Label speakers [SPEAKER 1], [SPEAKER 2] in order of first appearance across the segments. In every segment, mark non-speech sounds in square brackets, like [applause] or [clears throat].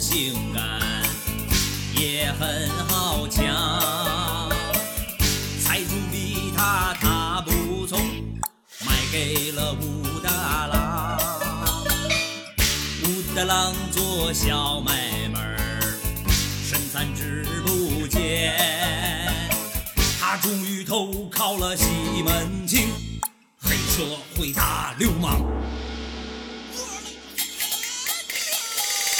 [SPEAKER 1] 性感，也很好强。财主逼他，他不从，卖给了武大郎。武大郎做小买卖儿，身残志不坚。他终于投靠了西门庆，黑社会大流氓。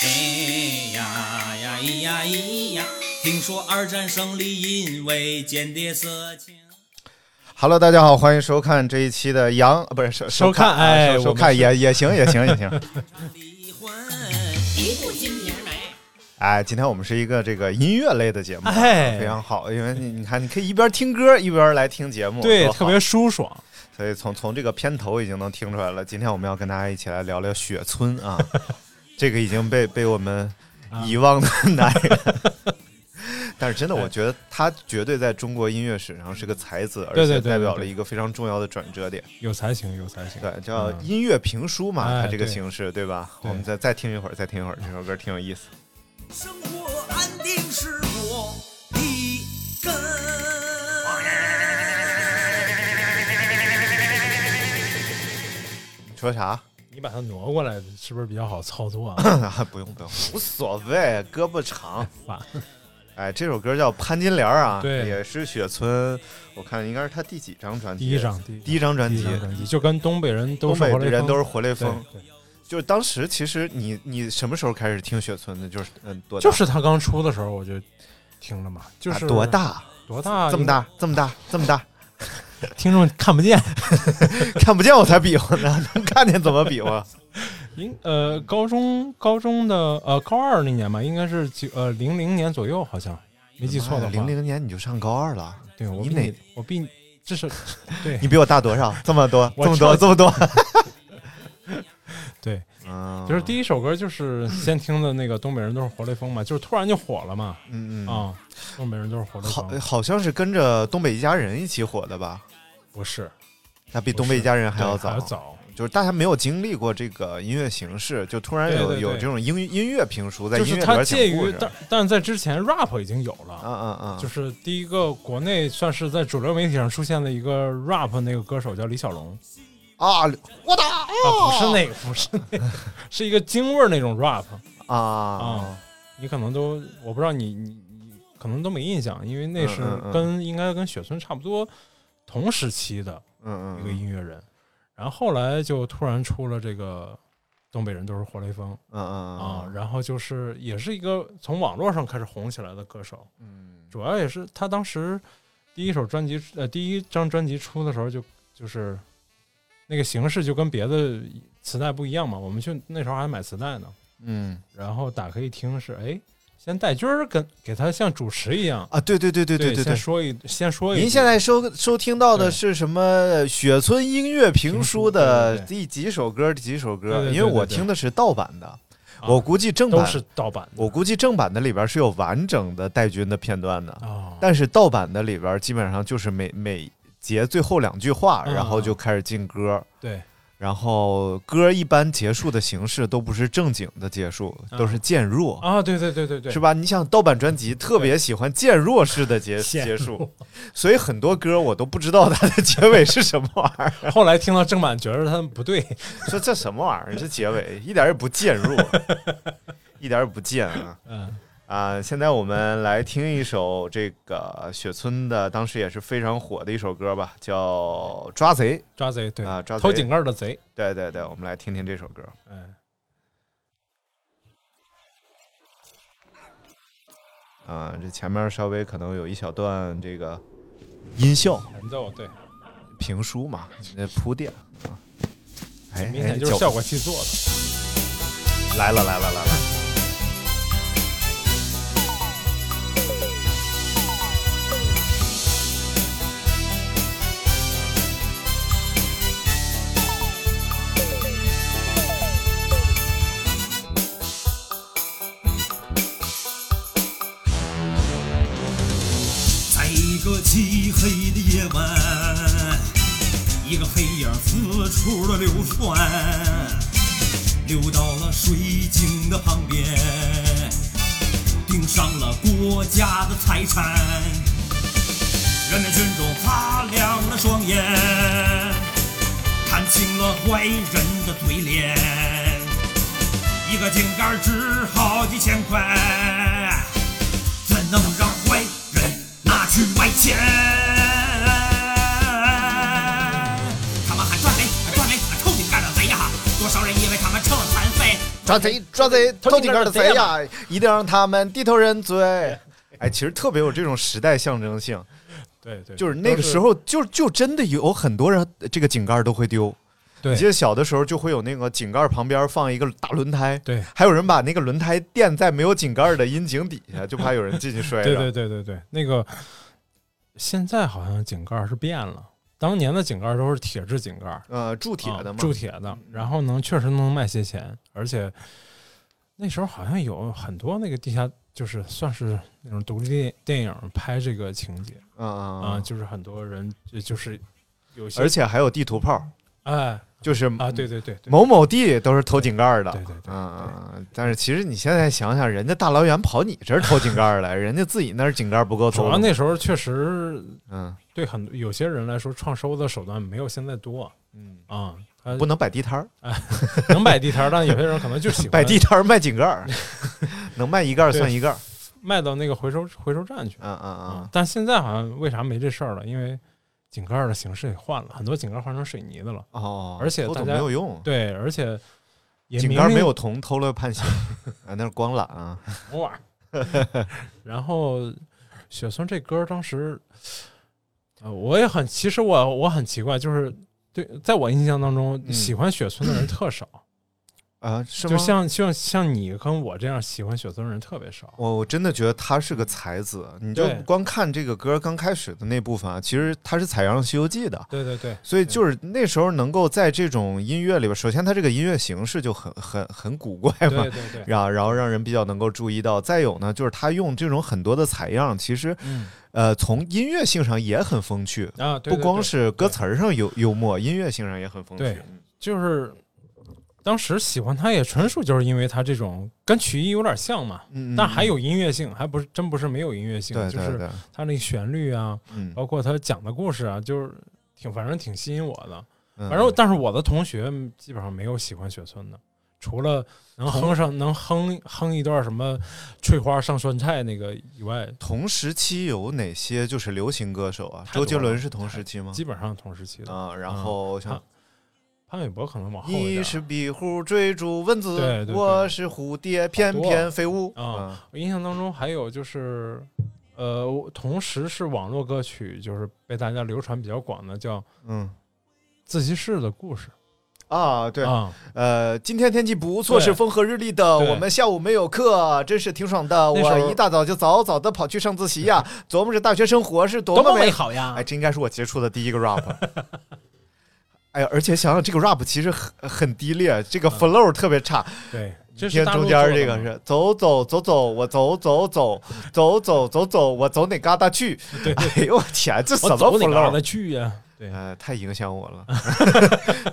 [SPEAKER 1] 哎呀呀咿呀咿呀！听说二战胜利因为间谍色情。
[SPEAKER 2] Hello，大家好，欢迎收看这一期的杨，呃不是收
[SPEAKER 3] 收看
[SPEAKER 2] 看，啊
[SPEAKER 3] 哎
[SPEAKER 2] 收收
[SPEAKER 3] 我们
[SPEAKER 2] 看
[SPEAKER 3] 是
[SPEAKER 2] 也也行也行也行。
[SPEAKER 1] 离婚，一部金瓶梅。
[SPEAKER 2] 哎，今天我们是一个这个音乐类的节目，啊
[SPEAKER 3] 哎
[SPEAKER 2] 非常好，因为你你看，你可以一边听歌一边来听节目，
[SPEAKER 3] 对，
[SPEAKER 2] 多好
[SPEAKER 3] 特别。舒爽。
[SPEAKER 2] 所以从从这个片头已经能听出来了，今天我们要跟大家一起来聊聊雪村啊，
[SPEAKER 3] [laughs]
[SPEAKER 2] 这个已经被被我们
[SPEAKER 3] 啊
[SPEAKER 2] 遗忘的
[SPEAKER 3] [laughs]
[SPEAKER 2] 男人。但是真的，我觉得他绝对在中国音乐史上是个才子，而
[SPEAKER 3] 对对
[SPEAKER 2] 且
[SPEAKER 3] 对对
[SPEAKER 2] 代表了
[SPEAKER 3] 对
[SPEAKER 2] 一个非常重要的转折点。
[SPEAKER 3] 有才情，有才情。
[SPEAKER 2] 对，叫
[SPEAKER 3] 嗯
[SPEAKER 2] 音乐评书嘛，
[SPEAKER 3] 哎
[SPEAKER 2] 它这个
[SPEAKER 3] 对
[SPEAKER 2] 形式对吧？
[SPEAKER 3] 对
[SPEAKER 2] 我们再再听一会儿，再听一会儿，这首歌挺有意思。
[SPEAKER 1] 生活安定是我的根。
[SPEAKER 2] 你说啥？ [clears throat]
[SPEAKER 3] 你把它挪过来，是不是比较好操作啊？
[SPEAKER 2] [laughs] 啊不用不用，无所谓，胳膊长。
[SPEAKER 3] 烦
[SPEAKER 2] 哎，这首歌叫《潘金莲》啊，
[SPEAKER 3] 对
[SPEAKER 2] 也是雪村，我看应该是他第几张专辑？
[SPEAKER 3] 第一张，第
[SPEAKER 2] 第一张专
[SPEAKER 3] 第一
[SPEAKER 2] 辑。
[SPEAKER 3] 张专辑就跟东北人都
[SPEAKER 2] 东
[SPEAKER 3] 是
[SPEAKER 2] 北
[SPEAKER 3] 活雷
[SPEAKER 2] 人
[SPEAKER 3] 锋
[SPEAKER 2] 都是活雷
[SPEAKER 3] 对
[SPEAKER 2] 锋，
[SPEAKER 3] 对
[SPEAKER 2] 就是当时其实你你什么时候开始听雪村的？就是嗯多大？
[SPEAKER 3] 就是他刚出的时候我就听了嘛，就
[SPEAKER 2] 啊
[SPEAKER 3] 是
[SPEAKER 2] 多大？
[SPEAKER 3] 多大
[SPEAKER 2] 这么，大这么大这么大，
[SPEAKER 3] 听众看不见。
[SPEAKER 2] 看不见我才比划呢， [laughs] 能看见怎么比划？
[SPEAKER 3] 应呃，高中高中的呃高二那年吧，应该是九呃零零年左右，好像没记错的话。
[SPEAKER 2] 零零年你就上高二了。
[SPEAKER 3] 对我
[SPEAKER 2] 你
[SPEAKER 3] 比
[SPEAKER 2] 哪
[SPEAKER 3] 你我比你这是
[SPEAKER 2] [laughs]
[SPEAKER 3] 对
[SPEAKER 2] 你比我大多少？这么多，
[SPEAKER 3] 我
[SPEAKER 2] 这么多，这么多。
[SPEAKER 3] 对，
[SPEAKER 2] 嗯，
[SPEAKER 3] 就是第一首歌就是先听的那个东北人都是活雷锋嘛，就是突然就火了嘛
[SPEAKER 2] 嗯嗯
[SPEAKER 3] 啊，东北人都是活雷
[SPEAKER 2] 好，哎
[SPEAKER 3] 锋，
[SPEAKER 2] 好像是跟着东北一家人一起火的吧？
[SPEAKER 3] 不是
[SPEAKER 2] 那比东北一家人还
[SPEAKER 3] 对
[SPEAKER 2] 要
[SPEAKER 3] 还
[SPEAKER 2] 早，
[SPEAKER 3] 要早，
[SPEAKER 2] 就是大家没有经历过这个音乐形式，就突然有
[SPEAKER 3] 对对对
[SPEAKER 2] 有这种音音乐评书在
[SPEAKER 3] 就
[SPEAKER 2] 音
[SPEAKER 3] 是
[SPEAKER 2] 乐里
[SPEAKER 3] 它
[SPEAKER 2] 边
[SPEAKER 3] 介
[SPEAKER 2] 讲故
[SPEAKER 3] 于
[SPEAKER 2] 事，
[SPEAKER 3] 但但在之前 rap 已经有
[SPEAKER 2] 啊
[SPEAKER 3] 了。
[SPEAKER 2] 啊啊，
[SPEAKER 3] 就是第一个国内算是在主流媒体上出现的一个 rap 那个歌手叫李小龙，
[SPEAKER 2] 啊，我打啊
[SPEAKER 3] 啊，不是那个，不是
[SPEAKER 2] [laughs]
[SPEAKER 3] 那个，是一个京味儿那种 rap。
[SPEAKER 2] 啊
[SPEAKER 3] 啊你可能都，我不知道你你你可能都没印象，因为那是
[SPEAKER 2] 嗯嗯嗯
[SPEAKER 3] 跟应该跟雪村差不多同时期的
[SPEAKER 2] 嗯
[SPEAKER 3] 一
[SPEAKER 2] 嗯
[SPEAKER 3] 个
[SPEAKER 2] 嗯
[SPEAKER 3] 音乐人，然后后来就突然出了这个东北人都是活雷锋
[SPEAKER 2] 嗯
[SPEAKER 3] 啊，
[SPEAKER 2] 嗯
[SPEAKER 3] 然后就是也是一个从网络上开始红起来的歌手，
[SPEAKER 2] 嗯
[SPEAKER 3] 主要也是他当时第一首专辑呃第一张专辑出的时候就就是那个形式就跟别的磁带不一样嘛，我们去那时候还买磁带呢，
[SPEAKER 2] 嗯
[SPEAKER 3] 然后打开一听是哎，先戴军儿跟给他像主持一样，
[SPEAKER 2] 啊，对对对对对对
[SPEAKER 3] 先
[SPEAKER 2] 对。
[SPEAKER 3] 说一先说一句，
[SPEAKER 2] 您现在收收听到的
[SPEAKER 3] 对
[SPEAKER 2] 是什么？雪村音乐评
[SPEAKER 3] 评
[SPEAKER 2] 书
[SPEAKER 3] 书
[SPEAKER 2] 的
[SPEAKER 3] 对对对
[SPEAKER 2] 第几首歌？第几首
[SPEAKER 3] 对
[SPEAKER 2] 歌？
[SPEAKER 3] 对对
[SPEAKER 2] 因为我
[SPEAKER 3] 对对
[SPEAKER 2] 听的是盗版的，
[SPEAKER 3] 啊
[SPEAKER 2] 我估计正
[SPEAKER 3] 都
[SPEAKER 2] 版
[SPEAKER 3] 是盗版的
[SPEAKER 2] 我估计正版的里边是有完整的戴军的片段的，
[SPEAKER 3] 啊，
[SPEAKER 2] 但是盗版的里边基本上就是每每节最后两句话，
[SPEAKER 3] 嗯
[SPEAKER 2] 然后就开始进歌，
[SPEAKER 3] 对
[SPEAKER 2] 然后歌一般结束的形式都不是正经的结束，
[SPEAKER 3] 嗯
[SPEAKER 2] 都是渐弱。
[SPEAKER 3] 啊，对对对对对，
[SPEAKER 2] 是吧？你想盗版专辑特别喜欢渐弱式的结
[SPEAKER 3] [laughs] 渐
[SPEAKER 2] 结
[SPEAKER 3] 弱
[SPEAKER 2] 束，所以很多歌我都不知道它的结尾是什么玩
[SPEAKER 3] [laughs]
[SPEAKER 2] 意儿。
[SPEAKER 3] 后来听到正版觉得他们不对， [laughs]
[SPEAKER 2] 说这什么玩意儿？这结尾一点儿也不渐弱，一点儿也不渐啊。
[SPEAKER 3] 嗯
[SPEAKER 2] 啊、现在我们来听一首这个雪村的，当时也是非常火的一首歌吧，叫《抓贼》。
[SPEAKER 3] 抓贼对
[SPEAKER 2] 啊抓贼
[SPEAKER 3] 偷井盖儿的贼，
[SPEAKER 2] 对对对，我们来听听这首歌。
[SPEAKER 3] 嗯，
[SPEAKER 2] 啊、这前面稍微可能有一小段这个音效
[SPEAKER 3] 你知道我对，
[SPEAKER 2] 评书嘛，那铺垫啊。哎，
[SPEAKER 3] 明显
[SPEAKER 2] 哎
[SPEAKER 3] 就是
[SPEAKER 2] 脚
[SPEAKER 3] 效果器做的，
[SPEAKER 2] 来了来了来了。
[SPEAKER 3] [laughs]
[SPEAKER 1] 在一个漆黑的夜晚，一个黑影四处的流窜，溜到了水井的旁边。
[SPEAKER 4] 盯上了国家的财产。人民群众擦亮了双眼，看清了坏人的嘴脸。一个井盖值好几千块，怎能让坏人拿去卖钱？他们喊抓贼，喊抓贼，喊偷井盖的贼呀！多少人因为他们成了残废。
[SPEAKER 2] 抓贼抓贼，
[SPEAKER 3] 偷
[SPEAKER 2] 偷
[SPEAKER 3] 井
[SPEAKER 2] 井
[SPEAKER 3] 盖
[SPEAKER 2] 盖
[SPEAKER 3] 的
[SPEAKER 2] 的
[SPEAKER 3] 贼
[SPEAKER 2] 贼呀！一定让他们低头认
[SPEAKER 3] [laughs]
[SPEAKER 2] 罪。哎，其实特别有这种时代象征性，
[SPEAKER 3] [sniffs] 对对，
[SPEAKER 2] 就是那
[SPEAKER 3] 都
[SPEAKER 2] 个时候就，就真的有很多人这个井盖都会丢。
[SPEAKER 3] 对
[SPEAKER 2] 你记得小的时候就会有那个井盖旁边放一个大轮胎，
[SPEAKER 3] 对
[SPEAKER 2] 还有人把那个轮胎垫在没有井盖的阴井底下，就怕有人进去摔着。
[SPEAKER 3] 对 [laughs] 对对对对，那个现在好像井盖是变了，当年的井盖都是铁质井盖，
[SPEAKER 2] 呃，铸铁的嗯
[SPEAKER 3] 啊
[SPEAKER 2] 嘛，
[SPEAKER 3] 铸铁的，然后能确实能卖些钱，而且那时候好像有很多那个地下，就是算是那种独立电电影拍这个情节
[SPEAKER 2] 嗯嗯
[SPEAKER 3] 啊，
[SPEAKER 2] 嗯，
[SPEAKER 3] 就是很多人就就是有些
[SPEAKER 2] 而且还有地图炮，
[SPEAKER 3] 哎
[SPEAKER 2] 就是
[SPEAKER 3] 啊，对对对对
[SPEAKER 2] 某某地都是偷井盖儿的，
[SPEAKER 3] 对对对
[SPEAKER 2] 嗯，嗯但是其实你现在想想，人家大老远跑你这儿偷井盖儿来，人家自己那儿井盖儿不够
[SPEAKER 3] 主
[SPEAKER 2] 偷
[SPEAKER 3] 要
[SPEAKER 2] 的吗，
[SPEAKER 3] 那时候确实
[SPEAKER 2] 嗯
[SPEAKER 3] 对很多有些人来说，创收的手段没有现在多
[SPEAKER 2] 嗯，
[SPEAKER 3] 啊。他
[SPEAKER 2] 不能摆地摊儿，
[SPEAKER 3] 能摆地摊儿，但有些人可
[SPEAKER 2] [laughs]
[SPEAKER 3] 能就喜欢
[SPEAKER 2] 摆地摊儿卖井盖儿， [laughs] 能卖一盖儿算一盖
[SPEAKER 3] [laughs]
[SPEAKER 2] 儿，
[SPEAKER 3] 卖到那个回收回收站去啊
[SPEAKER 2] 嗯嗯
[SPEAKER 3] 但现在好像为啥没这事儿了？因为井盖儿的形式也换了，很多井盖儿换成水泥的了。
[SPEAKER 2] 嗯，哦，
[SPEAKER 3] 而且
[SPEAKER 2] 偷
[SPEAKER 3] 大
[SPEAKER 2] 走
[SPEAKER 3] 家
[SPEAKER 2] 没有用，
[SPEAKER 3] 对，而且也
[SPEAKER 2] 井
[SPEAKER 3] 明
[SPEAKER 2] 盖儿
[SPEAKER 3] 明
[SPEAKER 2] 没有铜，偷了判刑，啊，那是光缆啊，
[SPEAKER 3] 什么玩意儿。 [laughs] 然后雪村这歌儿当时，呃，我也很，其实我我很奇怪，就是对，在我印象当中，
[SPEAKER 2] 嗯
[SPEAKER 3] 喜欢雪村的人特少，
[SPEAKER 2] 啊，是吗
[SPEAKER 3] 就？像像像你跟我这样喜欢雪村的人特别少。
[SPEAKER 2] 我我真的觉得他是个才子，你就
[SPEAKER 3] 对
[SPEAKER 2] 光看这个歌刚开始的那部分啊，其实他是采样《西游记》的，
[SPEAKER 3] 对对对，
[SPEAKER 2] 所以就是那时候能够在这种音乐里边，首先它这个音乐形式就很很很古怪嘛
[SPEAKER 3] 对，对对，
[SPEAKER 2] 然后然后让人比较能够注意到。再有呢，就是他用这种很多的采样，其实
[SPEAKER 3] 嗯
[SPEAKER 2] 呃从音乐性上也很风趣，
[SPEAKER 3] 啊，对
[SPEAKER 2] 不
[SPEAKER 3] 对
[SPEAKER 2] 光
[SPEAKER 3] 对
[SPEAKER 2] 是歌词儿上幽幽默，音乐性上也很风趣。
[SPEAKER 3] 对就是当时喜欢他也纯属就是因为他这种跟曲艺有点像嘛，
[SPEAKER 2] 嗯，嗯
[SPEAKER 3] 但还有音乐性，还不是真不是没有音乐性，
[SPEAKER 2] 对
[SPEAKER 3] 就
[SPEAKER 2] 对
[SPEAKER 3] 是
[SPEAKER 2] 对，
[SPEAKER 3] 他那个旋律啊，
[SPEAKER 2] 嗯，
[SPEAKER 3] 包括他讲的故事啊，就是挺反正挺吸引我的。
[SPEAKER 2] 反
[SPEAKER 3] 反正但是我的同学基本上没有喜欢雪村的，除了能哼上能哼哼一段什么“翠花上酸菜”那个以外，
[SPEAKER 2] 同时期有哪些就是流行歌手啊？
[SPEAKER 3] 太多
[SPEAKER 2] 周杰伦
[SPEAKER 3] 了
[SPEAKER 2] 是同时期吗？
[SPEAKER 3] 基本上同时期的。
[SPEAKER 2] 啊，然后我想
[SPEAKER 3] 啊潘玮柏可能往后一
[SPEAKER 2] 你
[SPEAKER 3] 点。啊
[SPEAKER 2] 是壁虎追逐蚊子，
[SPEAKER 3] 对对对
[SPEAKER 2] 我是蝴蝶翩翩飞舞
[SPEAKER 3] 啊我印象当中还有就是，呃，我同时是网络歌曲，就是被大家流传比较广的叫《
[SPEAKER 2] 嗯
[SPEAKER 3] 自习室的故事
[SPEAKER 2] 啊，对，》
[SPEAKER 3] 啊，
[SPEAKER 2] 呃，今天天气不错，
[SPEAKER 3] 对
[SPEAKER 2] 是风和日丽的。
[SPEAKER 3] 对
[SPEAKER 2] 我们下午没有课，真是挺爽的。
[SPEAKER 3] 那时候
[SPEAKER 2] 我一大早就早早的跑去上自习
[SPEAKER 3] [laughs]
[SPEAKER 2] 呀、琢磨着大学生活是多么美好。
[SPEAKER 3] 好呀
[SPEAKER 2] 哎，这应该是我接触的第一个 rap。哎呀，而且想想这个 rap 其实很很低劣，这个 flow 特别差。
[SPEAKER 3] 对，嗯这
[SPEAKER 2] 你
[SPEAKER 3] 是
[SPEAKER 2] 听
[SPEAKER 3] 大陆
[SPEAKER 2] 中间
[SPEAKER 3] 做的
[SPEAKER 2] 这个
[SPEAKER 3] 嘛
[SPEAKER 2] 是走走走走，我走走走走走走走，我走哪旮瘩去？ [laughs]
[SPEAKER 3] 对
[SPEAKER 2] 哎呦我天，这什
[SPEAKER 3] 我
[SPEAKER 2] 么
[SPEAKER 3] 走你哪
[SPEAKER 2] flow？
[SPEAKER 3] 的去呀？对，
[SPEAKER 2] 呃，太影响我了。 [laughs]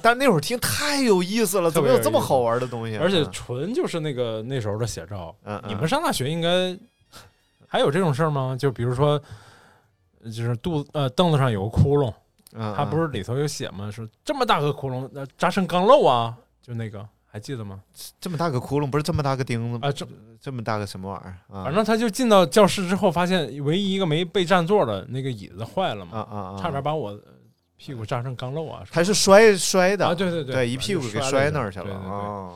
[SPEAKER 2] 但是那会儿听太有意思了，
[SPEAKER 3] 特
[SPEAKER 2] 怎
[SPEAKER 3] 别
[SPEAKER 2] 么
[SPEAKER 3] 有
[SPEAKER 2] 有
[SPEAKER 3] 意思
[SPEAKER 2] 这么好玩的东西？
[SPEAKER 3] 而且
[SPEAKER 2] 嗯
[SPEAKER 3] 纯就是那个那时候的写照。
[SPEAKER 2] 嗯嗯
[SPEAKER 3] 你们上大学
[SPEAKER 2] [laughs]
[SPEAKER 3] 应该还有这种事儿吗？就比如说，就是肚子呃凳子上有个窟窿，
[SPEAKER 2] 嗯，
[SPEAKER 3] 它不
[SPEAKER 2] 是
[SPEAKER 3] 是里头有写吗？说这么大个窟窿，那扎成钢漏啊，就那个还记得吗？
[SPEAKER 2] 这么大个窟窿，不是这么大个钉子吗？
[SPEAKER 3] 啊，这
[SPEAKER 2] 这么大个什么玩意儿？啊
[SPEAKER 3] 反正他就进到教室之后，发现唯一一个没被占座的那个椅子坏了
[SPEAKER 2] 啊
[SPEAKER 3] 嘛，
[SPEAKER 2] 啊啊，
[SPEAKER 3] 差点把我呃屁股扎成钢漏啊！
[SPEAKER 2] 他是摔摔的
[SPEAKER 3] 啊，对对
[SPEAKER 2] 对
[SPEAKER 3] 对，
[SPEAKER 2] 一屁股给
[SPEAKER 3] 摔
[SPEAKER 2] 摔那儿去
[SPEAKER 3] 了一
[SPEAKER 2] 了
[SPEAKER 3] 下。对对对
[SPEAKER 2] 啊。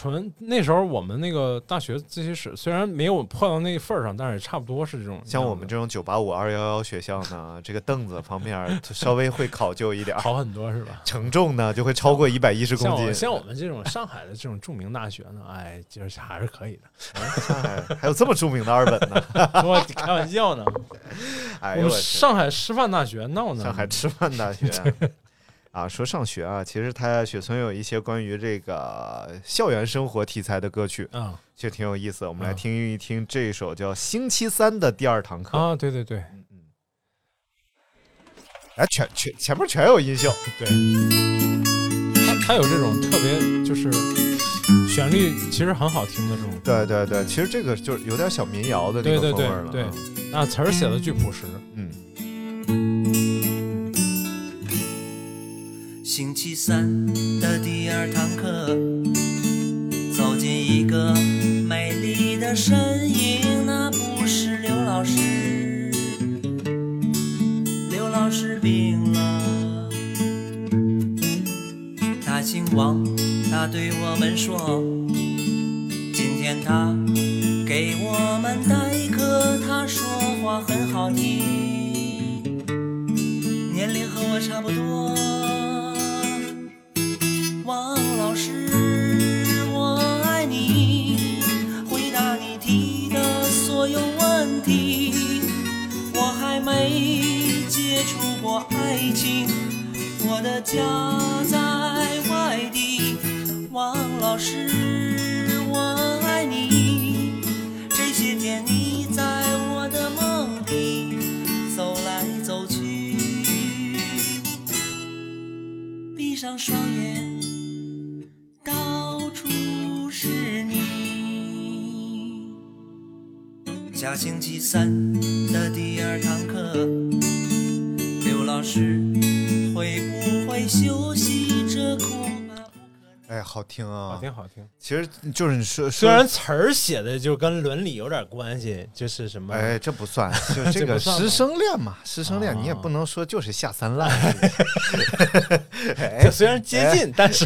[SPEAKER 3] 纯那时候我们那个大学自习室虽然没有破到那份儿上，但是也差不多是这种样子。
[SPEAKER 2] 像我们这种九八五二幺幺学校呢，这个凳子方面儿稍微会考究一点儿，
[SPEAKER 3] 好很多是吧？
[SPEAKER 2] 承重呢就会超过一百一十公
[SPEAKER 3] 像我
[SPEAKER 2] 斤。
[SPEAKER 3] 像我们
[SPEAKER 2] [laughs]
[SPEAKER 3] 这种上海的这种著名大学呢，哎，就是还是可以的。
[SPEAKER 2] 哎还有这么著名的二本
[SPEAKER 3] [laughs]
[SPEAKER 2] 呢？
[SPEAKER 3] 我开玩笑呢，
[SPEAKER 2] 哎
[SPEAKER 3] 我
[SPEAKER 2] 呦
[SPEAKER 3] 们
[SPEAKER 2] 我去！
[SPEAKER 3] 上海师范大学闹呢，
[SPEAKER 2] 上海师范
[SPEAKER 3] [laughs]
[SPEAKER 2] 大学啊，说上学啊，其实他雪村有一些关于这个校园生活题材的歌曲，
[SPEAKER 3] 啊
[SPEAKER 2] 其实挺有意思的。我们来
[SPEAKER 3] 嗯
[SPEAKER 2] 听一听这首叫《星期三的第二堂课》。
[SPEAKER 3] 啊，对对对
[SPEAKER 2] 嗯嗯，哎，全全前面全有音效，
[SPEAKER 3] 对，他他有这种特别就是旋律其实很好听的这种歌，
[SPEAKER 2] 对对对，其实这个就是有点小民谣的那
[SPEAKER 3] 对
[SPEAKER 2] 个
[SPEAKER 3] 对
[SPEAKER 2] 风味
[SPEAKER 3] 对
[SPEAKER 2] 儿了啊。
[SPEAKER 3] 对，那词儿写的巨朴实，
[SPEAKER 2] 嗯，
[SPEAKER 4] 星期三的第二堂课，走进一个美丽的身影，那不是刘老师。刘老师病了，他姓王，他对我们说，今天他给我们代课，他说话很好听。年龄和我差不多。王老师，我爱你，回答你提的所有问题。我还没接触过爱情，我的家在外地。王老师，我爱你，这些天你在我的梦里。走来走去。闭上双眼，到处是你。下星期三的第二堂课，刘老师会不会休息？这恐怕不可能。
[SPEAKER 2] 哎，好听啊，
[SPEAKER 3] 好听好听。
[SPEAKER 2] 其实就是你说，
[SPEAKER 5] 虽
[SPEAKER 2] 说
[SPEAKER 5] 然词儿写的就跟伦理有点关系，就是什么，
[SPEAKER 2] 哎，这不算，
[SPEAKER 3] [laughs]
[SPEAKER 2] 就这
[SPEAKER 3] 这
[SPEAKER 2] 个
[SPEAKER 3] 不算哦吗
[SPEAKER 2] 师生恋嘛，师生恋
[SPEAKER 5] 啊
[SPEAKER 2] 你也不能说就是下三滥哎
[SPEAKER 5] 就虽然接近，但是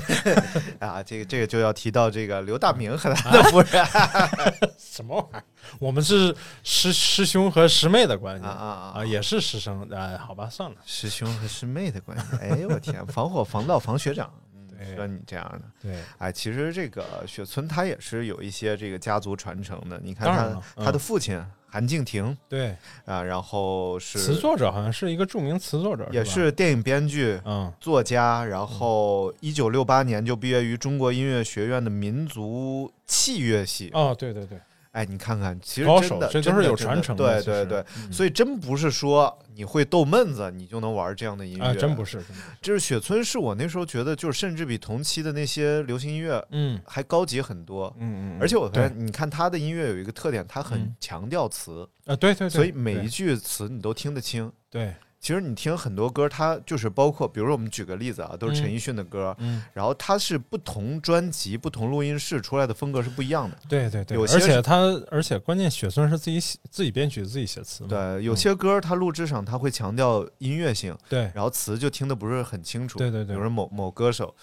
[SPEAKER 2] 啊，这个这个就要提到这个刘大明和他
[SPEAKER 3] 啊
[SPEAKER 2] 的夫人
[SPEAKER 3] 什么玩意儿？我们是师师兄和师妹的关系
[SPEAKER 2] 啊啊啊
[SPEAKER 3] 啊，也是师生，哎，好吧，算了。
[SPEAKER 2] 师兄和师妹的关系。哎呦我天，防火防盗防学长，嗯
[SPEAKER 3] 对
[SPEAKER 2] 说你这样的。
[SPEAKER 3] 对，
[SPEAKER 2] 哎，其实这个雪村他也是有一些这个家族传承的。你看
[SPEAKER 3] 当然了
[SPEAKER 2] 他他的
[SPEAKER 3] 嗯
[SPEAKER 2] 父亲韩敬亭
[SPEAKER 3] 对，
[SPEAKER 2] 啊，然后是
[SPEAKER 3] 词作者好像是一个著名词作者，
[SPEAKER 2] 也
[SPEAKER 3] 是吧，
[SPEAKER 2] 是电影编剧、
[SPEAKER 3] 嗯，
[SPEAKER 2] 作家，然后一九六八年就毕业于中国音乐学院的民族器乐系。
[SPEAKER 3] 哦，对对对，
[SPEAKER 2] 哎，你看看，其实
[SPEAKER 3] 高
[SPEAKER 2] 真的
[SPEAKER 3] 手这
[SPEAKER 2] 真
[SPEAKER 3] 都是
[SPEAKER 2] 的
[SPEAKER 3] 有
[SPEAKER 2] 真
[SPEAKER 3] 传承
[SPEAKER 2] 对对
[SPEAKER 3] 的其实嗯
[SPEAKER 2] 对，所以真不是说你会逗闷子，你就能玩这样的音乐。
[SPEAKER 3] 啊，真不
[SPEAKER 2] 是，
[SPEAKER 3] 是，真不是
[SPEAKER 2] 就是雪村是我那时候觉得，就是甚至比同期的那些流行音乐
[SPEAKER 3] 嗯
[SPEAKER 2] 还高级很多。
[SPEAKER 3] 嗯嗯，
[SPEAKER 2] 而且我发
[SPEAKER 3] 对
[SPEAKER 2] 现，你看他的音乐有一个特点，他很
[SPEAKER 3] 嗯
[SPEAKER 2] 强调词，
[SPEAKER 3] 啊，对对对，
[SPEAKER 2] 所以每
[SPEAKER 3] 对
[SPEAKER 2] 一句词你都听得清。
[SPEAKER 3] 对，
[SPEAKER 2] 其实你听很多歌，它就是包括，比如说我们举个例子啊，都是陈奕迅的歌，
[SPEAKER 3] 嗯，
[SPEAKER 2] 然后它是不同专辑、不同录音室出来的风格是不一样的。
[SPEAKER 3] 对对对，
[SPEAKER 2] 有些
[SPEAKER 3] 而且
[SPEAKER 2] 是
[SPEAKER 3] 他，而且关键雪村是自己写、自己编曲、自己写词嘛，
[SPEAKER 2] 对，有些歌它录制上它会强调音乐性，
[SPEAKER 3] 对
[SPEAKER 2] 然后词就听得不是很清楚。
[SPEAKER 3] 对对对
[SPEAKER 2] 比如说某某歌手，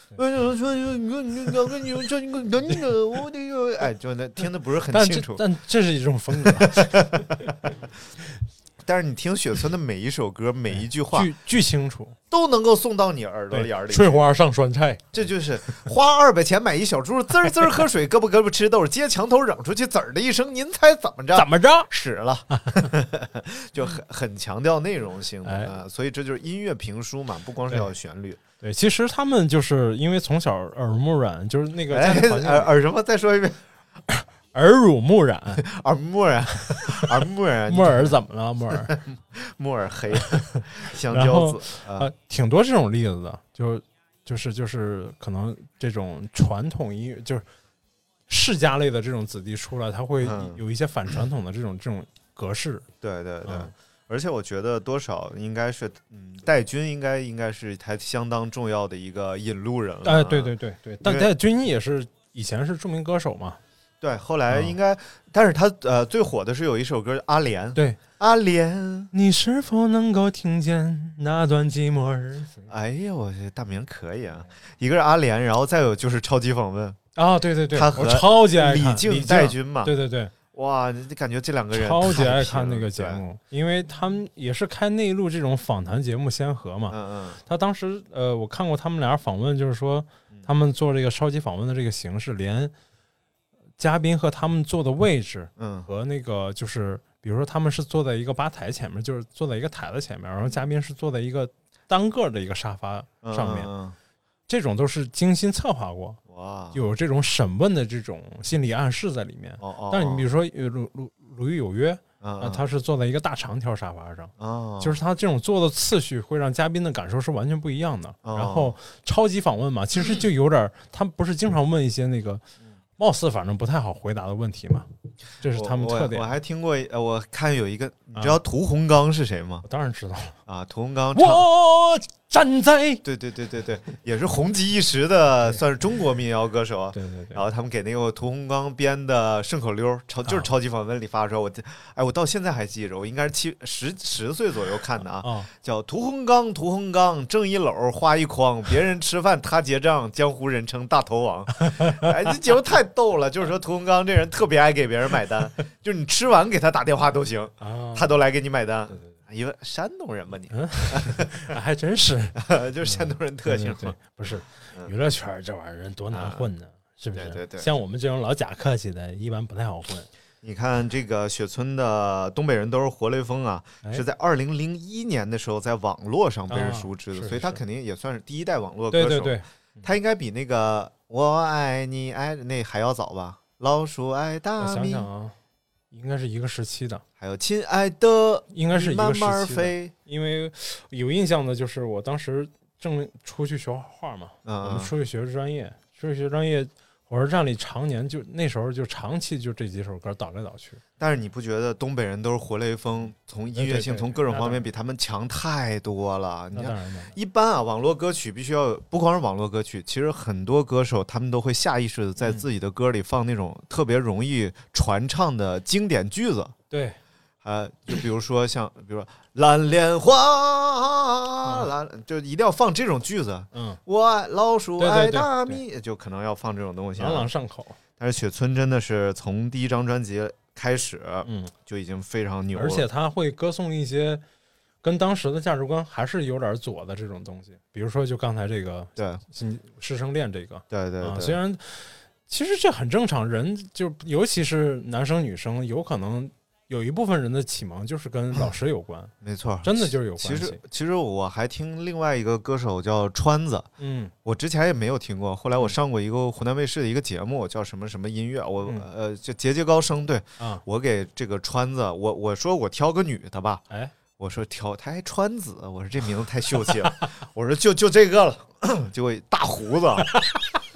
[SPEAKER 2] 哎，就那听得不是很
[SPEAKER 3] 但
[SPEAKER 2] 清
[SPEAKER 3] 这
[SPEAKER 2] 楚。
[SPEAKER 3] 但这是一种风格，
[SPEAKER 2] 但是你听雪村的每一首歌、每一句话
[SPEAKER 3] 巨巨清楚，
[SPEAKER 2] 都能够送到你耳朵
[SPEAKER 3] 对
[SPEAKER 2] 眼儿，里去。
[SPEAKER 3] 翠花上酸
[SPEAKER 2] [laughs]
[SPEAKER 3] 菜，
[SPEAKER 2] 这就是花二百钱买一小猪，滋儿滋儿喝水，胳膊胳膊吃豆，接墙头嚷出去，滋儿的一声，您猜怎么着？
[SPEAKER 3] 怎么着？
[SPEAKER 2] 屎了？就很很强调内容性的、
[SPEAKER 3] 哎
[SPEAKER 2] 啊，所以这就是音乐评书嘛，不光是要有旋律。
[SPEAKER 3] 对，其实他们就是因为从小耳濡目染，就是那个
[SPEAKER 2] 哎
[SPEAKER 3] 在那环境里
[SPEAKER 2] 耳耳什么？再说
[SPEAKER 3] [laughs]
[SPEAKER 2] 一遍，
[SPEAKER 3] 耳濡目染，
[SPEAKER 2] 耳木耳，啊耳木耳，
[SPEAKER 3] [laughs] 木耳怎么
[SPEAKER 2] [laughs]
[SPEAKER 3] 了？木耳
[SPEAKER 2] 啊木耳
[SPEAKER 3] [laughs]
[SPEAKER 2] 黑，香
[SPEAKER 3] 然
[SPEAKER 2] 蕉
[SPEAKER 3] 后
[SPEAKER 2] 子啊
[SPEAKER 3] 啊，挺多这种例子的，就就是就是可能这种传统音乐就是世家类的这种子弟出来，他会
[SPEAKER 2] 嗯
[SPEAKER 3] 有一些反传统的这种这种格式，
[SPEAKER 2] 对对对。
[SPEAKER 3] 嗯
[SPEAKER 2] 而且我觉得多少应该是，嗯，戴军应该应该是他相当重要的一个引路人了。啊
[SPEAKER 3] 哎，对对对对，但
[SPEAKER 2] 因为
[SPEAKER 3] 但军医也是以前是著名歌手嘛，
[SPEAKER 2] 对，后来
[SPEAKER 3] 嗯
[SPEAKER 2] 应该，但是他呃最火的是有一首歌《阿莲》，
[SPEAKER 3] 对
[SPEAKER 2] 阿莲，
[SPEAKER 3] 你是否能够听见那段寂寞日子
[SPEAKER 2] 哎呀，我这大名可以啊，一个是阿莲，然后再有就是超级访问，
[SPEAKER 3] 啊？对对对，
[SPEAKER 2] 他
[SPEAKER 3] 我
[SPEAKER 2] 和
[SPEAKER 3] 超级爱看
[SPEAKER 2] 李
[SPEAKER 3] 静
[SPEAKER 2] 静戴军嘛，
[SPEAKER 3] 对对对，
[SPEAKER 2] 哇，你感觉这两个人
[SPEAKER 3] 超级
[SPEAKER 2] 太
[SPEAKER 3] 爱
[SPEAKER 2] 拼
[SPEAKER 3] 看那
[SPEAKER 2] 了
[SPEAKER 3] 个节，
[SPEAKER 2] 对
[SPEAKER 3] 目，啊因为他们也是开内陆这种访谈节目先河嘛。
[SPEAKER 2] 嗯
[SPEAKER 3] 他当时呃，我看过他们俩访问，就是说
[SPEAKER 2] 嗯，
[SPEAKER 3] 他们做这个超级访问的这个形式，连嘉宾和他们坐的位置
[SPEAKER 2] 嗯
[SPEAKER 3] 和那个就是，比如说他们是坐在一个吧台前面，就是坐在一个台子前面，然后嘉宾是坐在一个单个的一个沙发
[SPEAKER 2] 嗯，
[SPEAKER 3] 上面，
[SPEAKER 2] 嗯
[SPEAKER 3] 这种都是精心策划过，
[SPEAKER 2] 嗯哇，
[SPEAKER 3] 有这种审问的这种心理暗示在里面。
[SPEAKER 2] 哦哦，
[SPEAKER 3] 但是你比
[SPEAKER 2] 如
[SPEAKER 3] 如说呃鲁鲁鲁豫有约，
[SPEAKER 2] 啊
[SPEAKER 3] 啊，他是坐在一个大长条沙发上，
[SPEAKER 2] 啊
[SPEAKER 3] 就是他这种坐的次序会让嘉宾的感受是完全不一样的。
[SPEAKER 2] 哦嗯
[SPEAKER 3] 然后超级访问嘛，其实就有点儿，他不是经常问一些那个貌似反正不太好回答的问题嘛，这是他们
[SPEAKER 2] 我我
[SPEAKER 3] 特点。
[SPEAKER 2] 我
[SPEAKER 3] 我
[SPEAKER 2] 还听过一，呃我看有一个，你知
[SPEAKER 3] 啊
[SPEAKER 2] 道屠洪刚是谁吗？
[SPEAKER 3] 当然知道了，
[SPEAKER 2] 啊，屠洪刚
[SPEAKER 3] 哦
[SPEAKER 2] 唱，
[SPEAKER 3] 我站在
[SPEAKER 2] 对对对对对，也是红极一时的，算是中国民谣歌手啊。
[SPEAKER 3] 对对对
[SPEAKER 2] 然，后他们给那个屠洪刚编的顺口溜儿，超就是
[SPEAKER 3] 啊
[SPEAKER 2] 《超级访问》里发的时候，我这哎，我到现在还记着，我应该是七十十岁左右看的啊，
[SPEAKER 3] 啊，
[SPEAKER 2] 叫屠洪刚，屠洪刚挣一篓花一筐，别人吃饭他结账，江湖人称大头
[SPEAKER 3] [laughs]
[SPEAKER 2] 王。哎，这节目太逗了，就是说屠洪刚这人特别爱给别人买
[SPEAKER 3] [laughs]
[SPEAKER 2] 单，就是你吃完给他打电话都行，
[SPEAKER 3] 啊
[SPEAKER 2] 他都来给你买单
[SPEAKER 3] 对对。
[SPEAKER 2] 一问山东人吧
[SPEAKER 3] [laughs]
[SPEAKER 2] 你，
[SPEAKER 3] 啊还真是
[SPEAKER 2] 就是山东人 [laughs] 特
[SPEAKER 3] 对
[SPEAKER 2] 性
[SPEAKER 3] 对
[SPEAKER 2] 嘛
[SPEAKER 3] 对。，不是
[SPEAKER 2] 嗯啊
[SPEAKER 5] 娱乐圈儿这玩意儿人多难混呢，是不是？
[SPEAKER 2] 对对对
[SPEAKER 5] 像我们这种老假客气的，一般不太好混。
[SPEAKER 2] 你看这个雪村的东北人都是活雷锋啊，
[SPEAKER 3] 哎
[SPEAKER 2] 是在二零零一年的时候在网络上被人
[SPEAKER 3] 啊
[SPEAKER 2] 熟知的，
[SPEAKER 3] 是
[SPEAKER 2] 所以他
[SPEAKER 3] 是
[SPEAKER 2] 肯定也算是第一代网络歌
[SPEAKER 3] 对
[SPEAKER 2] 手。
[SPEAKER 3] 对对，
[SPEAKER 2] 他应该比那个我爱你爱那还要早吧？老鼠爱
[SPEAKER 3] 我
[SPEAKER 2] 大
[SPEAKER 3] 想
[SPEAKER 2] 米，
[SPEAKER 3] 想啊，应该是一个时期的，
[SPEAKER 2] 还有亲爱的，
[SPEAKER 3] 应该是一个
[SPEAKER 2] 慢
[SPEAKER 3] 时
[SPEAKER 2] 慢
[SPEAKER 3] 期的，
[SPEAKER 2] 飞。
[SPEAKER 3] 因为有印象的就是我当时正出去学画嘛，我
[SPEAKER 2] 嗯
[SPEAKER 3] 们，出去学专业，出去学专业，火车站里常年就那时候就长期就这几首歌倒来倒去，
[SPEAKER 2] 但是你不觉得东北人都是活雷锋，从音乐性
[SPEAKER 3] 对对对
[SPEAKER 2] 从各种
[SPEAKER 3] 那
[SPEAKER 2] 方
[SPEAKER 3] 当
[SPEAKER 2] 面
[SPEAKER 3] 然
[SPEAKER 2] 比他们强太多了？你
[SPEAKER 3] 那
[SPEAKER 2] 看
[SPEAKER 3] 当，然了，
[SPEAKER 2] 一般啊，网络歌曲必须要有，不光是网络歌曲，其实很多歌手他们都会下意识的在
[SPEAKER 3] 嗯
[SPEAKER 2] 自己的歌里放那种特别容易传唱的经典句子。
[SPEAKER 3] 对，
[SPEAKER 2] 呃，就比如说像，比如说蓝莲花，蓝就一定要放这种句子。
[SPEAKER 3] 嗯，
[SPEAKER 2] 我爱老鼠
[SPEAKER 3] 对对
[SPEAKER 2] 爱
[SPEAKER 3] 对
[SPEAKER 2] 大米，就可能要放这种东西啊。
[SPEAKER 3] 朗朗上口，
[SPEAKER 2] 但是雪村真的是从第一张专辑开始
[SPEAKER 3] 嗯，
[SPEAKER 2] 就已经非常牛了，
[SPEAKER 3] 而且他会歌颂一些跟当时的价值观还是有点左的这种东西，比如说就刚才这个
[SPEAKER 2] 对
[SPEAKER 3] 新师生恋这个，
[SPEAKER 2] 对对
[SPEAKER 3] 啊，
[SPEAKER 2] 对，
[SPEAKER 3] 虽然其实这很正常，人就尤其是男生女生，有可能有一部分人的启蒙就是跟老师有
[SPEAKER 2] [clears throat]
[SPEAKER 3] 关，
[SPEAKER 2] 没错，
[SPEAKER 3] 真的就是有
[SPEAKER 2] 其
[SPEAKER 3] 关
[SPEAKER 2] 实
[SPEAKER 3] 系。
[SPEAKER 2] 其实我还听另外一个歌手叫川子，
[SPEAKER 3] 嗯，
[SPEAKER 2] 我之前也没有听过，后来我上过一个湖南卫视的一个节目，叫什么什么音乐，我、
[SPEAKER 3] 嗯
[SPEAKER 2] 呃就节节高升，对
[SPEAKER 3] 啊，
[SPEAKER 2] 我给这个川子，我我说我挑个女的吧，
[SPEAKER 3] 哎，
[SPEAKER 2] 我说挑，他还川子，我说这名字太秀气了， [laughs] 我说就就这个了，结果大胡子， [laughs]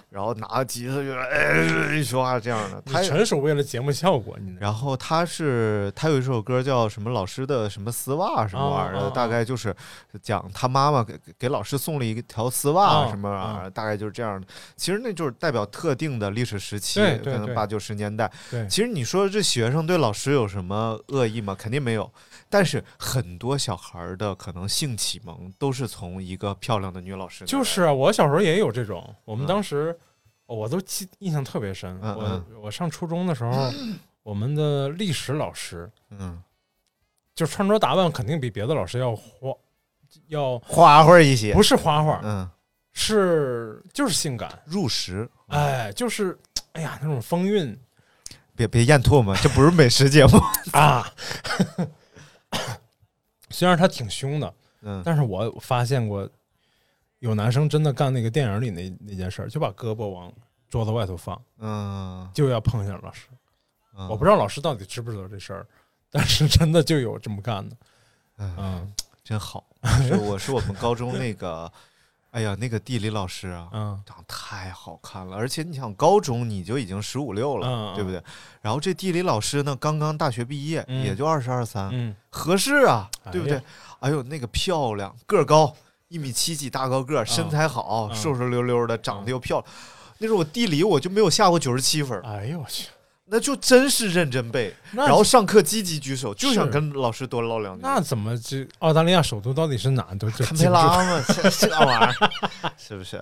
[SPEAKER 2] 然后拿吉他就哎一说话这样的，
[SPEAKER 3] 你
[SPEAKER 2] 他也
[SPEAKER 3] 纯属为了节目效果，你
[SPEAKER 2] 然后他是他有一首歌叫什么老师的什么丝袜什么玩意儿
[SPEAKER 3] 哦
[SPEAKER 2] 的，
[SPEAKER 3] 哦
[SPEAKER 2] 大概就是讲他妈妈给给老师送了一条丝袜
[SPEAKER 3] 哦
[SPEAKER 2] 什么玩意儿，大概就是这样的。其实那就是代表特定的历史时期，
[SPEAKER 3] 对
[SPEAKER 2] 可
[SPEAKER 3] 对
[SPEAKER 2] 能
[SPEAKER 3] 对
[SPEAKER 2] 八九十年代。
[SPEAKER 3] 对
[SPEAKER 2] 其实你说这学生对老师有什么恶意吗？肯定没有。但是很多小孩儿的可能性启蒙都是从一个漂亮的女老师那来的，
[SPEAKER 3] 就是啊，我小时候也有这种，我们
[SPEAKER 2] 嗯
[SPEAKER 3] 当时、哦我都记印象特别深，
[SPEAKER 2] 嗯
[SPEAKER 3] 我我上初中的时候，我们的历史老师
[SPEAKER 2] 嗯，
[SPEAKER 3] 就穿着打扮肯定比别的老师要花，要
[SPEAKER 2] 花花一些
[SPEAKER 3] 不，是花花，
[SPEAKER 2] 嗯，
[SPEAKER 3] 是就是性感。
[SPEAKER 2] 入时。嗯
[SPEAKER 3] 哎，就是哎呀那种风韵
[SPEAKER 2] 别别咽唾沫，这不是美食节目。
[SPEAKER 3] [laughs] 啊。 [laughs] 虽然他挺凶的，
[SPEAKER 2] 嗯，
[SPEAKER 3] 但是我发现过有男生真的干那个电影里那那件事儿，就把胳膊往桌子外头放，
[SPEAKER 2] 嗯，
[SPEAKER 3] 就要碰一下老师。
[SPEAKER 2] 嗯
[SPEAKER 3] 我不知道老师到底知不知道这事儿，但是真的就有这么干的。
[SPEAKER 2] 哎
[SPEAKER 3] 嗯
[SPEAKER 2] 真
[SPEAKER 3] [laughs]
[SPEAKER 2] 好。是我是我们高中那个，哎呀，那个地理老师啊，
[SPEAKER 3] 嗯
[SPEAKER 2] 长得太好看了。而且你想，高中你就已经十五六了，
[SPEAKER 3] 嗯嗯
[SPEAKER 2] 对不对？然后这地理老师呢，刚刚大学毕业，
[SPEAKER 3] 嗯
[SPEAKER 2] 也就二十二三，
[SPEAKER 3] 嗯，
[SPEAKER 2] 合适啊，
[SPEAKER 3] 哎呀
[SPEAKER 2] 对不对？哎呦，那个漂亮，个儿高，一米七几大高个儿，身材好，
[SPEAKER 3] 嗯
[SPEAKER 2] 瘦瘦溜溜的，长得又漂亮。那时候我地理我就没有下过九十七分儿，
[SPEAKER 3] 哎呦我去，
[SPEAKER 2] 那就真是认真背，
[SPEAKER 3] 那
[SPEAKER 2] 然后上课积极举手，就是想跟老师多唠两句。
[SPEAKER 3] 那怎么这澳大利亚首都到底是哪都就
[SPEAKER 2] 堪培拉嘛， [laughs] 这这玩意儿
[SPEAKER 3] [laughs]
[SPEAKER 2] 是不是？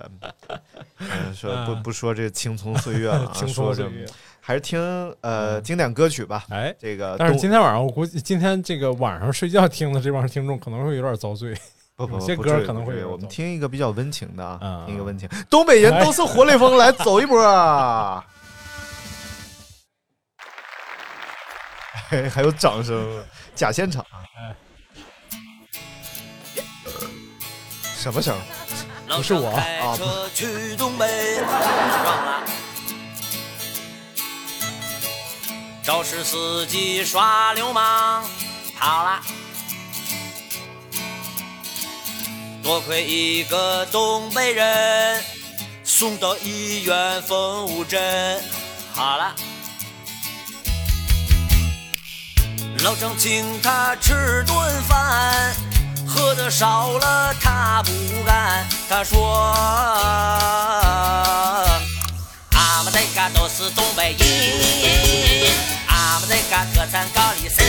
[SPEAKER 2] 嗯，说不
[SPEAKER 3] 嗯
[SPEAKER 2] 不说这青葱岁月
[SPEAKER 3] [laughs]
[SPEAKER 2] 了、啊，
[SPEAKER 3] 轻松
[SPEAKER 2] 说这
[SPEAKER 3] 岁月。
[SPEAKER 2] 还是听呃
[SPEAKER 3] 嗯
[SPEAKER 2] 经典歌曲吧。
[SPEAKER 3] 哎，
[SPEAKER 2] 这个
[SPEAKER 3] 但是
[SPEAKER 2] 东
[SPEAKER 3] 今天晚上我估计今天这个晚上睡觉听的这帮听众可能会有点遭 [laughs] 罪。
[SPEAKER 2] 不不
[SPEAKER 3] 有
[SPEAKER 2] 不
[SPEAKER 3] 些
[SPEAKER 2] 不
[SPEAKER 3] 歌
[SPEAKER 2] 至于
[SPEAKER 3] 可能
[SPEAKER 2] 不至
[SPEAKER 3] 会
[SPEAKER 2] 于
[SPEAKER 3] 有
[SPEAKER 2] 我们
[SPEAKER 3] 走
[SPEAKER 2] 听一个比较温情的啊，
[SPEAKER 3] 嗯哎
[SPEAKER 2] 听一个温情。东北人都是活雷锋，来走一波啊！嘿还有掌声，啊假现场。
[SPEAKER 3] 嗯
[SPEAKER 2] 什么声？
[SPEAKER 4] 老
[SPEAKER 3] 不是我
[SPEAKER 4] 张开
[SPEAKER 2] 啊不
[SPEAKER 4] 车去东北，撞了。肇事司机耍流氓，跑了。多亏一个东北人送到医院缝五针，好、好了。老张请他吃顿饭，喝的少了他不干。他说：“俺们这个都是东北人，俺们这个特产高丽参，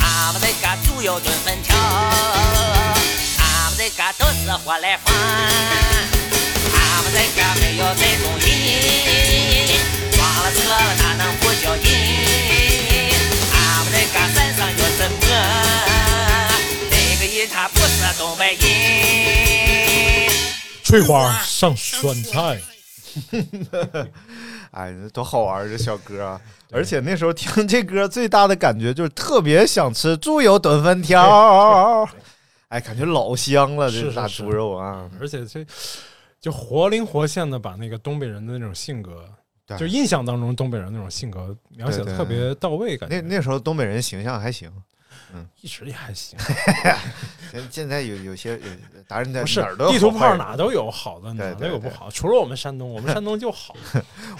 [SPEAKER 4] 俺们这个猪油炖粉条，俺们这个都是活来饭，俺们这个没有这种人，撞了车了哪能不叫人？”俺们这个山上有什么？这个人他不是东北人。
[SPEAKER 3] 翠花上酸菜，
[SPEAKER 2] [laughs] 哎，多好玩儿这小歌
[SPEAKER 3] [laughs]
[SPEAKER 2] 啊！而且那时候听这歌最大的感觉就是特别想吃猪油炖粉条，哎，感觉老香了，
[SPEAKER 3] 是
[SPEAKER 2] 这
[SPEAKER 3] 是
[SPEAKER 2] 大
[SPEAKER 3] 是嗯
[SPEAKER 2] 猪肉啊！
[SPEAKER 3] 而且这就活灵活现的把那个东北人的那种性格
[SPEAKER 2] 对，
[SPEAKER 3] 就印象当中东北人那种性格描写
[SPEAKER 2] 对
[SPEAKER 3] 的
[SPEAKER 2] 对
[SPEAKER 3] 特别到位，感觉
[SPEAKER 2] 那那时候东北人形象还行，
[SPEAKER 3] 一直也
[SPEAKER 2] [laughs]
[SPEAKER 3] 还行，
[SPEAKER 2] 现现在有有些有达人在
[SPEAKER 3] 不是
[SPEAKER 2] 哪儿都有
[SPEAKER 3] 地图
[SPEAKER 2] 好
[SPEAKER 3] 炮
[SPEAKER 2] 坏人
[SPEAKER 3] 哪都有好的，哪都有不好，除了我们山东，我们山东
[SPEAKER 2] [laughs]
[SPEAKER 3] 就好，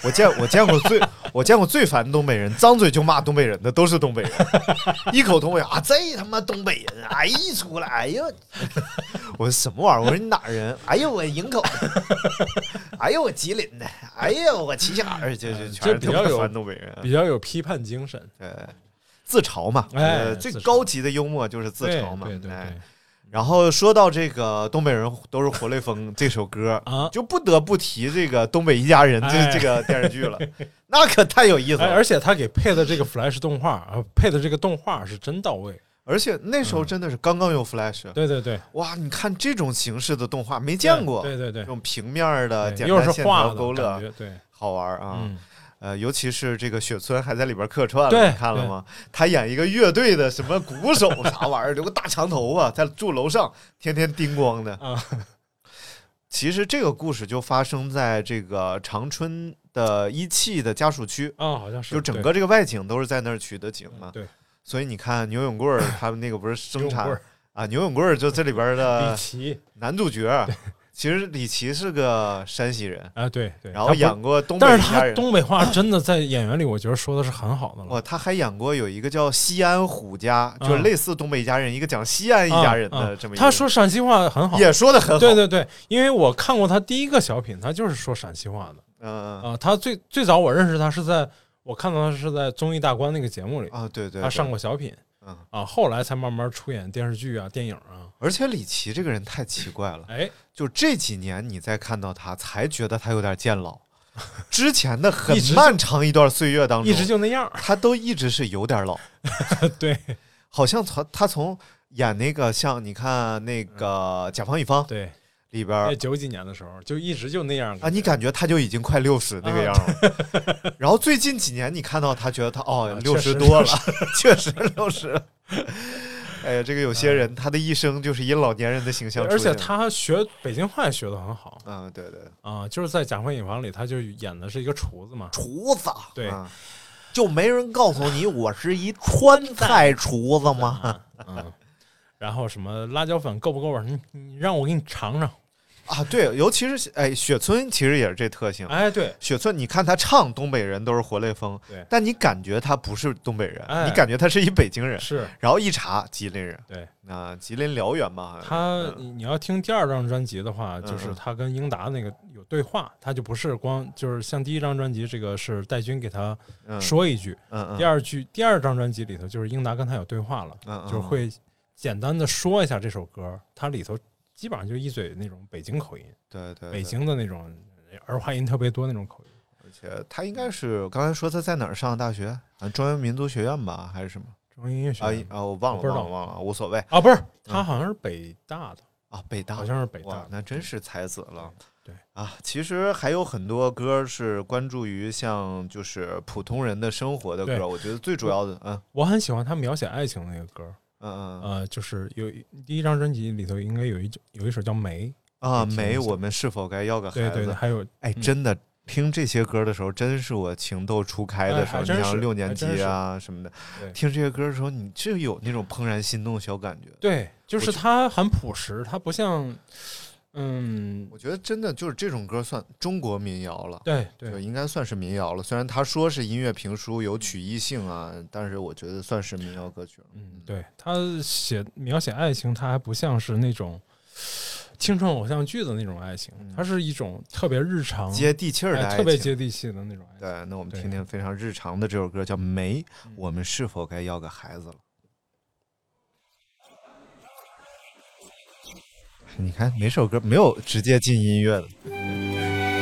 [SPEAKER 2] 我见我见过最我见过最烦东北人，张嘴就骂东北人的都是东北人， [laughs] 一口东北啊，这他妈东北人，哎一出来，哎呦， [laughs] 我说什么玩意儿？我说你哪儿人？哎呦我营口的，哎呦我吉林的，哎呦我齐齐哈尔，就就全是
[SPEAKER 3] 嗯比
[SPEAKER 2] 他
[SPEAKER 3] 较
[SPEAKER 2] 妈
[SPEAKER 3] 有
[SPEAKER 2] 烦东北人，
[SPEAKER 3] 比较有批判精神，
[SPEAKER 2] 呃，自嘲嘛，
[SPEAKER 3] 哎
[SPEAKER 2] 呃，
[SPEAKER 3] 自
[SPEAKER 2] 最
[SPEAKER 3] 嘲
[SPEAKER 2] 高级的幽默就是自
[SPEAKER 3] 对
[SPEAKER 2] 嘲嘛，
[SPEAKER 3] 对对
[SPEAKER 2] 哎
[SPEAKER 3] 对。
[SPEAKER 2] 然后说到这个东北人都是活雷锋这首歌
[SPEAKER 3] 啊
[SPEAKER 2] 就不得不提这个《东北一家人》
[SPEAKER 3] 哎
[SPEAKER 2] 这这个电视剧了，那可太有意思
[SPEAKER 3] 哎，
[SPEAKER 2] 了。
[SPEAKER 3] 而且他给配的这个 Flash 动画，啊，配的这个动画是真到位。
[SPEAKER 2] 而且那时候真的是刚刚有 Flash，
[SPEAKER 3] 嗯对对对，
[SPEAKER 2] 哇！你看这种形式的动画没见过，
[SPEAKER 3] 对对
[SPEAKER 2] 这
[SPEAKER 3] 对，
[SPEAKER 2] 种平面的
[SPEAKER 3] 对
[SPEAKER 2] 简
[SPEAKER 3] 又
[SPEAKER 2] 单
[SPEAKER 3] 是
[SPEAKER 2] 线
[SPEAKER 3] 画
[SPEAKER 2] 条
[SPEAKER 3] 的
[SPEAKER 2] 勾勒
[SPEAKER 3] 感，觉，对，
[SPEAKER 2] 好玩啊！
[SPEAKER 3] 嗯，
[SPEAKER 2] 呃，尤其是这个雪村还在里边客串
[SPEAKER 3] 对
[SPEAKER 2] 了，你看了吗？他演一个乐队的什么鼓手啥玩意儿， [laughs] 留个大长头发，在住楼上，天天叮咣的
[SPEAKER 3] 啊。
[SPEAKER 2] [laughs] 其实这个故事就发生在这个长春的一汽的家属区，
[SPEAKER 3] 啊，好像是，嗯
[SPEAKER 2] 就整个这个外景都是在那儿取的景嘛。
[SPEAKER 3] 对，
[SPEAKER 2] 所以你看牛永贵儿他们那个不是生
[SPEAKER 3] 牛永贵
[SPEAKER 2] 产呃
[SPEAKER 3] 儿
[SPEAKER 2] 啊，牛永贵儿就这里边
[SPEAKER 3] 对
[SPEAKER 2] 的
[SPEAKER 3] 李琦
[SPEAKER 2] 男主
[SPEAKER 3] [laughs]
[SPEAKER 2] 角，其实李琦是个山西人，
[SPEAKER 3] 啊，对对，
[SPEAKER 2] 然
[SPEAKER 3] 他
[SPEAKER 2] 后
[SPEAKER 3] 不是
[SPEAKER 2] 演过东北
[SPEAKER 3] 但
[SPEAKER 2] 一
[SPEAKER 3] 是
[SPEAKER 2] 家
[SPEAKER 3] 他
[SPEAKER 2] 人。
[SPEAKER 3] 东北话真的在演员里，我觉得说的是很好的了。
[SPEAKER 2] 哇，他还演过有一个叫《西安虎家》，就是
[SPEAKER 3] 嗯
[SPEAKER 2] 类似东北一家人，一个讲西安一家人
[SPEAKER 3] 啊啊
[SPEAKER 2] 的这么一个。
[SPEAKER 3] 他说陕西话很好，
[SPEAKER 2] 也说的很好，
[SPEAKER 3] 对对对，因为我看过他第一个小品，他就是说陕西话的
[SPEAKER 2] 嗯，嗯
[SPEAKER 3] 啊。他最最早我认识他是在我看到他是在综艺大观那个节目里，
[SPEAKER 2] 啊，对对，对
[SPEAKER 3] 嗯他上，过小品
[SPEAKER 2] 嗯，
[SPEAKER 3] 啊，后来才慢慢出演电视剧啊、电影啊。
[SPEAKER 2] 而且李琦这个人太奇怪了，
[SPEAKER 3] 哎，
[SPEAKER 2] 就这几年你再看到他，才觉得他有点见
[SPEAKER 3] [laughs]
[SPEAKER 2] 老。之前的很
[SPEAKER 3] 一直就
[SPEAKER 2] 漫长一段岁月当中，
[SPEAKER 3] 一直就那
[SPEAKER 2] [laughs]
[SPEAKER 3] 样儿。
[SPEAKER 2] 他都一直是有点老，
[SPEAKER 3] 对
[SPEAKER 2] 好像从他从演那个像你看那个《甲方乙方》
[SPEAKER 3] 嗯对，
[SPEAKER 2] 里边
[SPEAKER 3] 在
[SPEAKER 2] 儿
[SPEAKER 3] 九几年的时候就一直就那样儿
[SPEAKER 2] 啊，你感觉他就已经快六十那个样了。然后最近几年你看到他，觉得他哦
[SPEAKER 3] 嗯啊
[SPEAKER 2] 六
[SPEAKER 3] 确
[SPEAKER 2] 十
[SPEAKER 3] 实
[SPEAKER 2] 多了， [laughs] 确实六十了。哎呀，这个有些人他的一生就是以老年人的形象出
[SPEAKER 3] 而且
[SPEAKER 2] 现，
[SPEAKER 3] 他学北京话也学得很好
[SPEAKER 2] 嗯，对对，
[SPEAKER 3] 啊，就是在《甲方乙方》里，他就演的是一个厨子嘛，
[SPEAKER 2] 厨子
[SPEAKER 3] 对
[SPEAKER 2] 啊就没人告诉你我是一川菜厨子
[SPEAKER 3] [laughs]
[SPEAKER 2] 吗？
[SPEAKER 3] 嗯，然后什么辣椒粉够不够味儿？你你让我给你尝尝。
[SPEAKER 2] 啊，对，尤其是哎，雪村其实也是这特性。
[SPEAKER 3] 哎，对，
[SPEAKER 2] 雪村，你看他唱东北人都是活雷锋，
[SPEAKER 3] 对
[SPEAKER 2] 但你感觉他不是东北人，
[SPEAKER 3] 哎
[SPEAKER 2] 你感觉他是一嗯北京人，
[SPEAKER 3] 是
[SPEAKER 2] 然后一查吉林人，
[SPEAKER 3] 对
[SPEAKER 2] 啊，吉林辽源嘛，好像是
[SPEAKER 3] 他，
[SPEAKER 2] 嗯
[SPEAKER 3] 你你要听第二张专辑的话，就
[SPEAKER 2] 嗯
[SPEAKER 3] 是
[SPEAKER 2] 嗯
[SPEAKER 3] 他跟英达那个有对话，他就不是光就是像第一张专辑这个是戴军给他
[SPEAKER 2] 嗯
[SPEAKER 3] 说一句，
[SPEAKER 2] 嗯嗯
[SPEAKER 3] 第二句第二张专辑里头就是英达跟他有对话了。
[SPEAKER 2] 嗯，
[SPEAKER 3] 就是会简单的说一下这首歌，它里头基本上就一嘴那种北京口音，
[SPEAKER 2] 对对对
[SPEAKER 3] 北，京的那种儿化音特别多那种口音。
[SPEAKER 2] 而且呃他应该是我刚才说他在哪儿上的大学，啊，中央民族学院吧，还是什么？
[SPEAKER 3] 中央音乐学
[SPEAKER 2] 啊
[SPEAKER 3] 院
[SPEAKER 2] 啊，我忘了，
[SPEAKER 3] 我不知道
[SPEAKER 2] 忘了，忘了，无所谓
[SPEAKER 3] 啊，不是，他好像是北大的，
[SPEAKER 2] 啊。北大
[SPEAKER 3] 好，像是北
[SPEAKER 2] 哇
[SPEAKER 3] 大，的。
[SPEAKER 2] 那真是才子了。
[SPEAKER 3] 对对
[SPEAKER 2] 啊，其实还有很多歌是关注于像就是普通人的生活的
[SPEAKER 3] 对
[SPEAKER 2] 歌，我觉得最主要的，嗯
[SPEAKER 3] 我很喜欢他描写爱情的那个歌，
[SPEAKER 2] 嗯嗯
[SPEAKER 3] 呃，就是有第一张专辑里头应该有一有一首叫《梅
[SPEAKER 2] 啊，
[SPEAKER 3] 挺
[SPEAKER 2] 没，
[SPEAKER 3] 有意思
[SPEAKER 2] 我们是否该要个》，
[SPEAKER 3] 对
[SPEAKER 2] 啊孩
[SPEAKER 3] 对对，
[SPEAKER 2] 子？
[SPEAKER 3] 还有
[SPEAKER 2] 哎，
[SPEAKER 3] 嗯
[SPEAKER 2] 真的听这些歌的时候，真是我情窦初开的
[SPEAKER 3] 哎
[SPEAKER 2] 时候。
[SPEAKER 3] 还
[SPEAKER 2] 你
[SPEAKER 3] 真
[SPEAKER 2] 像
[SPEAKER 3] 是
[SPEAKER 2] 六年
[SPEAKER 3] 还
[SPEAKER 2] 级
[SPEAKER 3] 真
[SPEAKER 2] 啊什么的，
[SPEAKER 3] 对
[SPEAKER 2] 听这些歌的时候，你就有那种怦然心动小感觉。
[SPEAKER 3] 对，就
[SPEAKER 2] 我
[SPEAKER 3] 是
[SPEAKER 2] 觉
[SPEAKER 3] 他很朴实，他不像嗯，
[SPEAKER 2] 我觉得真的就是这种歌算中国民谣了。
[SPEAKER 3] 对
[SPEAKER 2] 就
[SPEAKER 3] 对，
[SPEAKER 2] 应该算是民谣了，虽然他说是音乐评书有曲艺性啊，但是我觉得算是民谣歌曲了。
[SPEAKER 3] 嗯，对他写描写爱情，他还不像是那种青春偶像剧的那种爱情
[SPEAKER 2] 嗯，
[SPEAKER 3] 它是一种特别日常、
[SPEAKER 2] 接地气儿的
[SPEAKER 3] 哎
[SPEAKER 2] 爱情，
[SPEAKER 3] 特别接地气的那种爱情。
[SPEAKER 2] 对，那我们
[SPEAKER 3] 对
[SPEAKER 2] 听听非常日常的这首歌，叫《没》，
[SPEAKER 3] 嗯
[SPEAKER 2] 我们是否该要个孩子了？哎你看，每首歌没有直接进音乐的，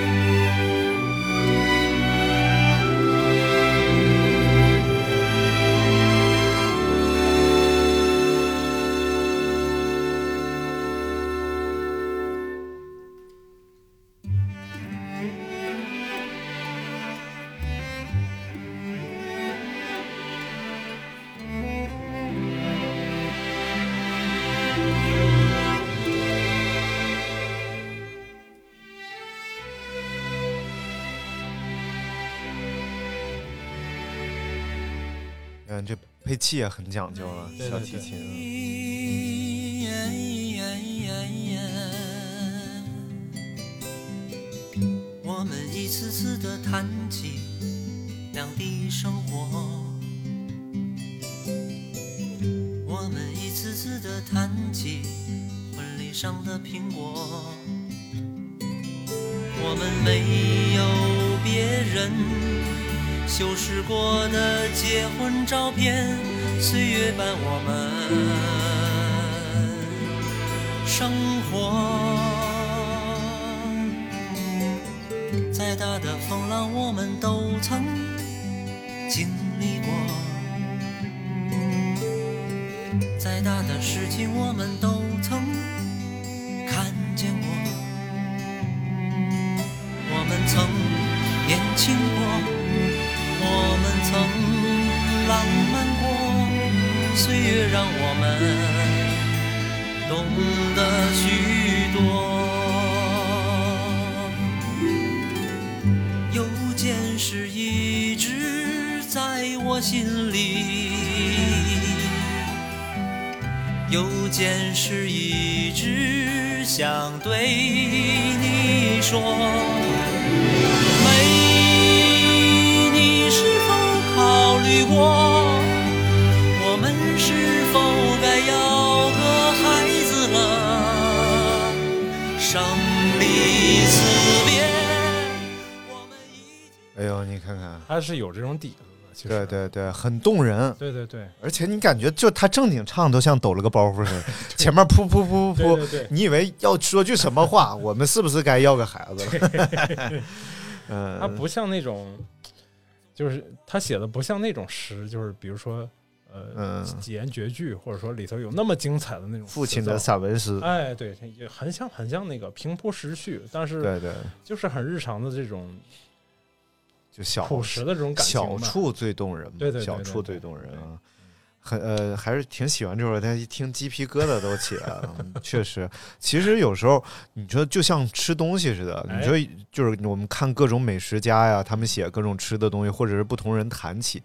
[SPEAKER 2] 你看嗯这配器也很讲究了，
[SPEAKER 3] 对
[SPEAKER 2] 小
[SPEAKER 3] 嗯对
[SPEAKER 2] 提
[SPEAKER 3] 对
[SPEAKER 2] 琴。
[SPEAKER 4] 我们一次次的谈起两地生活，我们一次次的谈起婚礼上的苹果，我们没有别人。修饰过的结婚照片，岁月伴我们生活。再大的风浪，我们都曾经历过；再大的事情，我们都曾看见过。我们曾年轻过。我们曾浪漫过，岁月让我们懂得许多。邮件是一直在我心里，邮件是一直想对你说。没，你是否考虑过，我们是否该要个孩子了？生离死别，我们已经。
[SPEAKER 2] 哎呦，你看看，
[SPEAKER 3] 他是有啊这种底子的，其实
[SPEAKER 2] 对对对，很动人。
[SPEAKER 3] 对对对，
[SPEAKER 2] 而且你感觉就他正经唱都像抖了个包袱似的，
[SPEAKER 3] [laughs]
[SPEAKER 2] 前面噗噗噗
[SPEAKER 3] 对
[SPEAKER 2] 噗
[SPEAKER 3] 对
[SPEAKER 2] 噗
[SPEAKER 3] 对，
[SPEAKER 2] 你以为要说句什么话？我们是不是该要个孩子
[SPEAKER 3] [laughs]
[SPEAKER 2] 了？
[SPEAKER 3] 他
[SPEAKER 2] [laughs] 嗯，
[SPEAKER 3] 不像那种，就是他写的不像那种诗，就是比如说呃
[SPEAKER 2] 嗯
[SPEAKER 3] 几言绝句，或者说里头有那么精彩的那种
[SPEAKER 2] 父亲
[SPEAKER 3] 词藻
[SPEAKER 2] 的散文诗，
[SPEAKER 3] 哎，对，也很像很像那个平铺直叙，但是
[SPEAKER 2] 对对，
[SPEAKER 3] 就是很日常的这种
[SPEAKER 2] 就小
[SPEAKER 3] 朴实的这种感情
[SPEAKER 2] 小
[SPEAKER 3] 吧。
[SPEAKER 2] 处最动人嘛，
[SPEAKER 3] 对对对
[SPEAKER 2] 小
[SPEAKER 3] 对
[SPEAKER 2] 处
[SPEAKER 3] 对
[SPEAKER 2] 最动人啊。很呃，还是挺喜欢这首歌，但一听鸡皮疙瘩都起来了。嗯确实，其实有时候你说就像吃东西似的，
[SPEAKER 3] 哎
[SPEAKER 2] 你说就是我们看各种美食家呀，他们写各种吃的东西，或者是不同人谈起，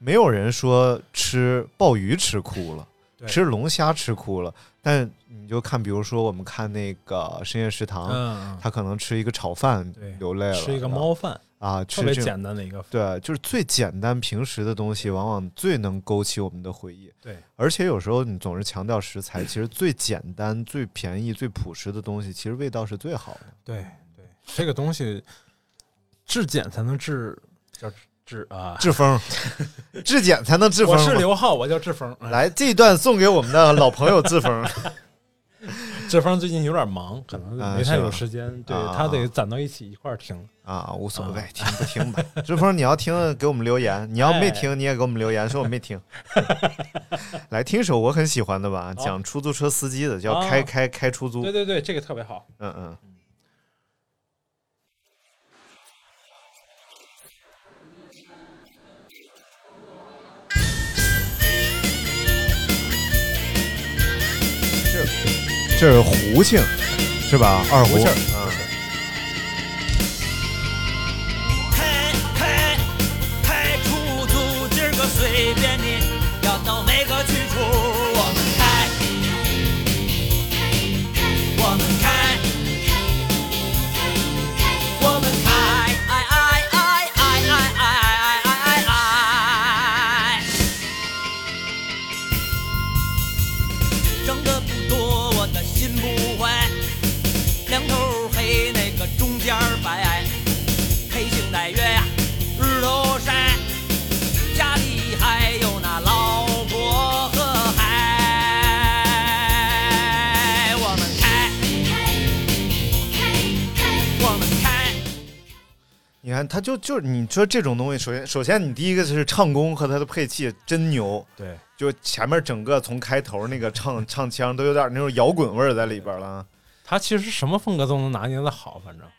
[SPEAKER 2] 没有人说吃鲍鱼吃哭了，
[SPEAKER 3] 对
[SPEAKER 2] 吃龙虾吃哭了，但你就看，比如说我们看那个深夜食堂，
[SPEAKER 3] 嗯，
[SPEAKER 2] 他可能吃一个炒饭
[SPEAKER 3] 对
[SPEAKER 2] 流泪了，
[SPEAKER 3] 吃一个
[SPEAKER 2] 然后
[SPEAKER 3] 猫饭，
[SPEAKER 2] 啊，吃
[SPEAKER 3] 特别
[SPEAKER 2] 这
[SPEAKER 3] 简单的一个饭。
[SPEAKER 2] 对，就是最简单平时的东西，往往最能勾起我们的回忆。
[SPEAKER 3] 对，
[SPEAKER 2] 而且有时候你总是强调食材，其实最简单、最便宜、最朴实的东西，其实味道是最好的。
[SPEAKER 3] 对对，这个东西质检才能治，叫治啊。
[SPEAKER 2] 志
[SPEAKER 3] [laughs]
[SPEAKER 2] 峰，质检才能致
[SPEAKER 3] 我
[SPEAKER 2] 风。
[SPEAKER 3] 是刘浩，我叫志峰。哎，
[SPEAKER 2] 来这一段送给我们的老朋友志
[SPEAKER 3] [laughs]
[SPEAKER 2] 峰。
[SPEAKER 3] 志峰最近有点忙，可能
[SPEAKER 2] 啊
[SPEAKER 3] 没太
[SPEAKER 2] 是
[SPEAKER 3] 有
[SPEAKER 2] 吧
[SPEAKER 3] 时间，对
[SPEAKER 2] 啊
[SPEAKER 3] 他得攒到一起一块儿听。
[SPEAKER 2] 啊，无所谓，听不听吧。志峰，你要听给我们留言，你要
[SPEAKER 3] 哎
[SPEAKER 2] 没听你也给我们留言，说我没
[SPEAKER 3] [laughs]
[SPEAKER 2] 听。来听一首我很喜欢的吧，
[SPEAKER 3] 好
[SPEAKER 2] 讲出租车司机的，叫开
[SPEAKER 3] 哦
[SPEAKER 2] 开开出租
[SPEAKER 3] 对。对对，这个特别好。
[SPEAKER 2] 嗯嗯。这这是胡庆，是吧？二胡
[SPEAKER 3] 胡庆
[SPEAKER 2] 啊，
[SPEAKER 4] 开开开出租，今儿个随便你，要到哪个去处我们开，我们开，哎哎个中间儿摆，黑青带月呀，日头晒，家里还有那老婆和孩，我们开，我们开。
[SPEAKER 2] 你看，他就就是你说这种东西，首先首先你第一个是唱功和他的配器真牛，
[SPEAKER 3] 对，
[SPEAKER 2] 就前面整个从开头那个唱唱腔都有点那种摇滚味儿在里边了啊。
[SPEAKER 3] 他其实什么风格都能拿捏的好，反正啊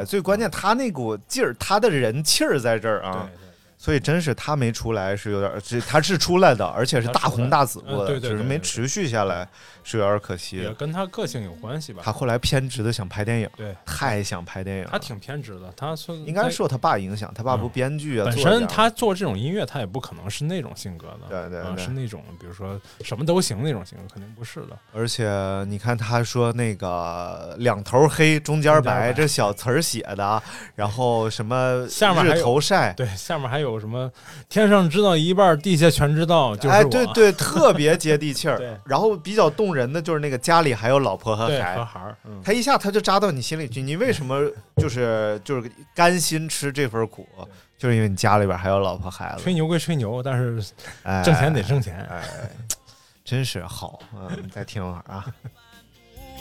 [SPEAKER 2] 对，最关键他那股劲儿，他的人气儿在这儿
[SPEAKER 3] 对
[SPEAKER 2] 啊，
[SPEAKER 3] 对
[SPEAKER 2] 所以真是他没出来是有点，这他是出来的，而且是大红大紫过
[SPEAKER 3] 嗯
[SPEAKER 2] 的，
[SPEAKER 3] 对对对
[SPEAKER 2] 只是没
[SPEAKER 3] 对对
[SPEAKER 2] 持续下来是有点可惜
[SPEAKER 3] 对，也
[SPEAKER 2] 的。
[SPEAKER 3] 跟他个性有关系吧。
[SPEAKER 2] 他后来偏执的想拍电影，
[SPEAKER 3] 对
[SPEAKER 2] 太想拍电影了，
[SPEAKER 3] 他挺偏执的，他算
[SPEAKER 2] 应该受他爸影响，他爸不
[SPEAKER 3] 嗯
[SPEAKER 2] 编剧啊，
[SPEAKER 3] 本
[SPEAKER 2] 作家
[SPEAKER 3] 身他做这种音乐，他也不可能是那种性格的，
[SPEAKER 2] 对对
[SPEAKER 3] 啊
[SPEAKER 2] 对
[SPEAKER 3] 是那种比如说什么都行那种性格，肯定不是的。
[SPEAKER 2] 而且你看，他说那个两头黑中间白，
[SPEAKER 3] 中间白
[SPEAKER 2] 这小词儿写的啊，然后什么
[SPEAKER 3] 下面还有
[SPEAKER 2] 日头晒，
[SPEAKER 3] 对，下面还有什么天上知道一半，地下全知道，就是我。
[SPEAKER 2] 哎，对对，特别接地气
[SPEAKER 3] [laughs] 对
[SPEAKER 2] 儿。然后比较动人的就是那个家里还有老婆和
[SPEAKER 3] 对
[SPEAKER 2] 孩
[SPEAKER 3] 和
[SPEAKER 2] 子，
[SPEAKER 3] 孩儿，嗯，
[SPEAKER 2] 他一下他就扎到你心里去。你为什么就是就是甘心吃这份苦？就是因为你家里边还有老婆孩
[SPEAKER 3] 吹
[SPEAKER 2] 子，
[SPEAKER 3] 牛归吹牛，但是
[SPEAKER 2] 哎，
[SPEAKER 3] 挣钱得挣钱。
[SPEAKER 2] 哎，真是好，嗯，再听一会儿啊。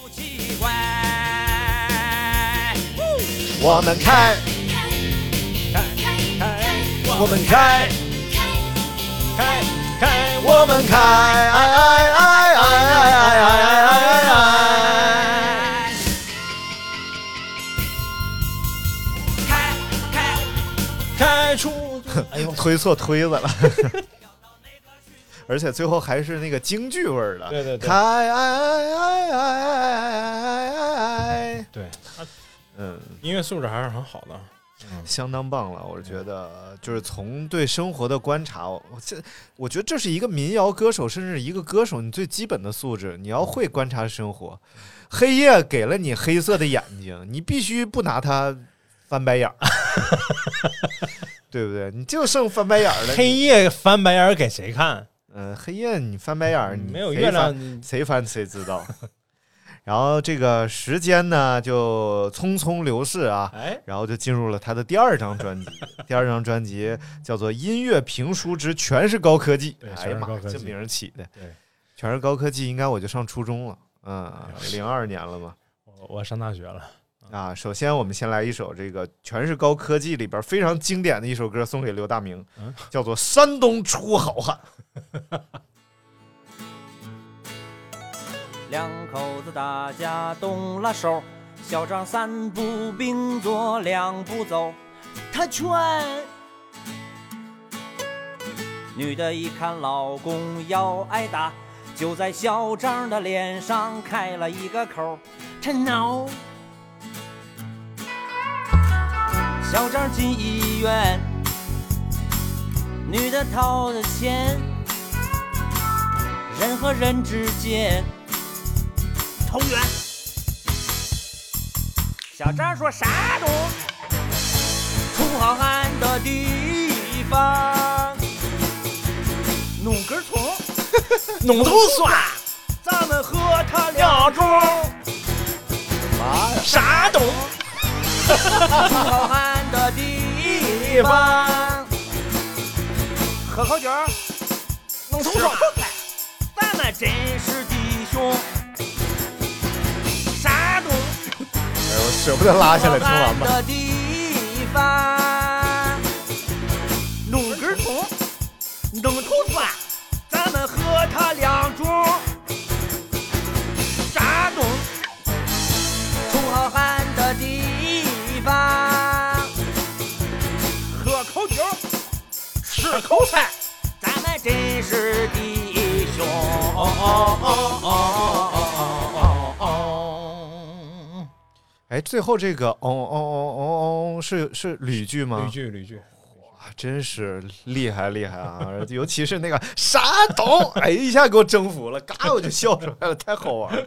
[SPEAKER 4] 不奇怪。
[SPEAKER 2] 我们开，我们开，
[SPEAKER 3] 开开，
[SPEAKER 2] 我们开，哎哎哎哎哎哎哎哎哎哎！
[SPEAKER 4] 开开
[SPEAKER 3] 开出，
[SPEAKER 2] [laughs]
[SPEAKER 3] 哎呦，
[SPEAKER 2] 推错推子了。 [laughs] 而且最后还是那个京剧味儿的，
[SPEAKER 3] 对对对
[SPEAKER 2] 开哎哎哎哎哎哎哎哎，
[SPEAKER 3] 对他
[SPEAKER 2] 嗯，
[SPEAKER 3] 音乐素质还是很好的。
[SPEAKER 2] 相当棒了，我觉得就是从对生活的观察，我我这我觉得这是一个民谣歌手，甚至一个歌手你最基本的素质，你要会观察生活。黑夜给了你黑色的眼睛，你必须不拿它翻白
[SPEAKER 3] [laughs]
[SPEAKER 2] 眼儿，对不对？你就剩翻白眼儿了。
[SPEAKER 5] 黑夜翻白眼儿给谁看？
[SPEAKER 2] 嗯，黑夜你翻白眼儿，你
[SPEAKER 3] 没有
[SPEAKER 2] 谁
[SPEAKER 3] 月
[SPEAKER 2] 翻
[SPEAKER 3] 亮，你
[SPEAKER 2] 谁翻谁知道。 [laughs] 然后这个时间呢就匆匆流逝啊，
[SPEAKER 3] 哎，
[SPEAKER 2] 然后就进入了他的第二张专辑，第二张专辑叫做《音乐评书之全是高科技》。
[SPEAKER 3] 对
[SPEAKER 2] 哎
[SPEAKER 3] 全
[SPEAKER 2] 呀
[SPEAKER 3] 是
[SPEAKER 2] 妈
[SPEAKER 3] 高
[SPEAKER 2] 呀，
[SPEAKER 3] 科
[SPEAKER 2] 这
[SPEAKER 3] 技
[SPEAKER 2] 名儿起的，
[SPEAKER 3] 对，哎
[SPEAKER 2] 全是高科技，应该我就上初中了，嗯，零二年了嘛。
[SPEAKER 3] 我我上大学了，
[SPEAKER 2] 啊，首先我们先来一首这个全是高科技里边非常经典的一首歌，送给刘大明
[SPEAKER 3] 嗯，
[SPEAKER 2] 叫做《山东出好汉》。
[SPEAKER 4] 两口子大家动了手，小张三步并作两步走，他劝。女的一看老公要挨打，就在小张的脸上开了一个口儿，这挠。小张进医院，女的掏的钱，人和人之间。投缘。小张说啥都，出好汉的地方，弄根葱，
[SPEAKER 3] 弄头蒜，
[SPEAKER 4] 咱们喝它两盅。妈呀，
[SPEAKER 3] 啥都
[SPEAKER 4] 出好汉的地方，喝口酒，
[SPEAKER 3] 弄头
[SPEAKER 4] 吃好菜，咱们真是弟兄。啥都。
[SPEAKER 2] 哎，我舍不得拉下来，听完吧。
[SPEAKER 4] 的地方，弄根葱，弄头蒜，咱们喝它两盅。山东，出好汉的地方，喝口酒，吃口菜，咱们真是弟兄。哦哦
[SPEAKER 2] 哎，最后这个哦哦哦哦哦，是是吕剧吗？
[SPEAKER 3] 吕剧吕剧，
[SPEAKER 2] 哇，真是厉害厉害啊！ [laughs] 尤其是那个啥懂，哎，一下给我征服了，嘎我就笑出来了，太好玩了！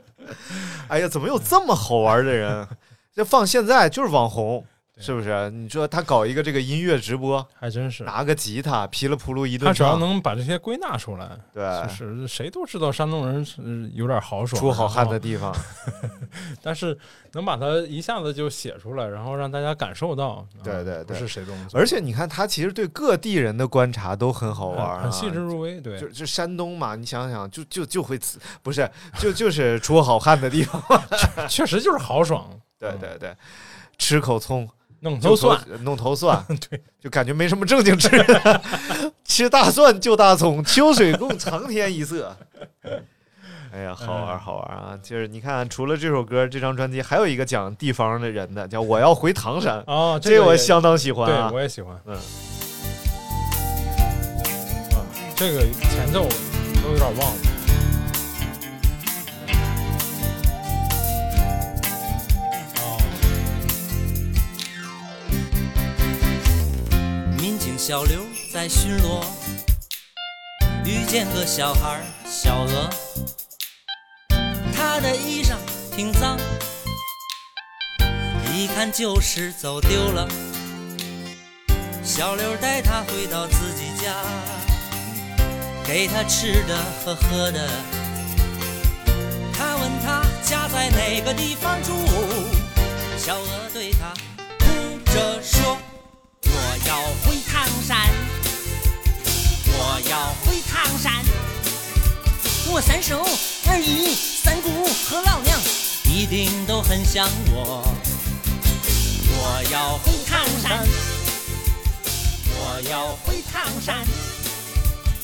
[SPEAKER 2] 哎呀，怎么有这么好玩的人？这放现在就是网红，是不是？你说他搞一个这个音乐直播，
[SPEAKER 3] 还真是。
[SPEAKER 2] 拿个吉他噼里扑噜一
[SPEAKER 3] 他
[SPEAKER 2] 顿
[SPEAKER 3] 只要
[SPEAKER 2] 唱，
[SPEAKER 3] 能把这些归纳出来，
[SPEAKER 2] 对
[SPEAKER 3] 就，是谁都知道山东人是呃有点豪爽，啊
[SPEAKER 2] 出好汉的地方，
[SPEAKER 3] 然后，但是能把它一下子就写出来，然后让大家感受到，啊
[SPEAKER 2] 对对对
[SPEAKER 3] 不是谁都能做，
[SPEAKER 2] 而且你看他其实对各地人的观察都很好玩啊，
[SPEAKER 3] 很细致入微，对
[SPEAKER 2] 就，就山东嘛，你想想，就就就会呲不是，就就是出好汉的地方。 [laughs]
[SPEAKER 3] 确实就是豪爽，
[SPEAKER 2] 对
[SPEAKER 3] 嗯
[SPEAKER 2] 对对，吃口葱，
[SPEAKER 3] 弄
[SPEAKER 2] 就
[SPEAKER 3] 头蒜，
[SPEAKER 2] 头，弄头
[SPEAKER 3] [laughs]
[SPEAKER 2] 蒜，对，就感觉没什么正经吃的， [laughs] 吃大蒜就大葱，秋水共长天一色。哎呀，好玩
[SPEAKER 3] 嗯
[SPEAKER 2] 儿好玩儿啊！就是你看，除了这首歌，这张专辑还有一个讲地方的人的，叫《我要回唐山》，
[SPEAKER 3] 哦，
[SPEAKER 2] 这
[SPEAKER 3] 个
[SPEAKER 2] 我
[SPEAKER 3] 也
[SPEAKER 2] 相当喜欢
[SPEAKER 3] 对
[SPEAKER 2] 啊。
[SPEAKER 3] 我也喜欢，
[SPEAKER 2] 嗯
[SPEAKER 3] 啊，这个前奏都有点忘了，哦，
[SPEAKER 4] 民警小刘在巡逻，遇见个小孩儿小鹅，他的衣裳挺脏，一看就是走丢了。小刘带他回到自己家，给他吃的和喝的。他问他家在哪个地方住，小鹅对他哭着说。我要回唐山，我要回唐山。我三叔、二姨、三姑和老娘一定都很想我。我要回唐山，我要回唐山。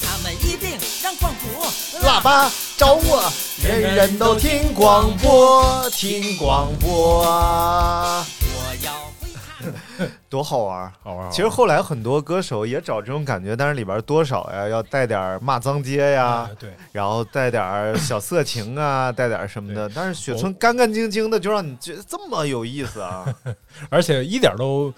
[SPEAKER 4] 他们一定让广播
[SPEAKER 2] 喇叭找我，人人都听广播，听广播，
[SPEAKER 4] 我要回唐山。
[SPEAKER 2] 多好玩儿！
[SPEAKER 3] 好玩儿，
[SPEAKER 2] 其实后来很多歌手也找这种感觉，但是里边多少呀，要带点儿骂脏街呀
[SPEAKER 3] 啊，，对，
[SPEAKER 2] 然后带点儿小色情
[SPEAKER 3] [laughs]
[SPEAKER 2] 啊，带点儿什么的。但是雪村干干净净的，就让你觉得这么有意思啊！
[SPEAKER 3] [laughs] 而且一点都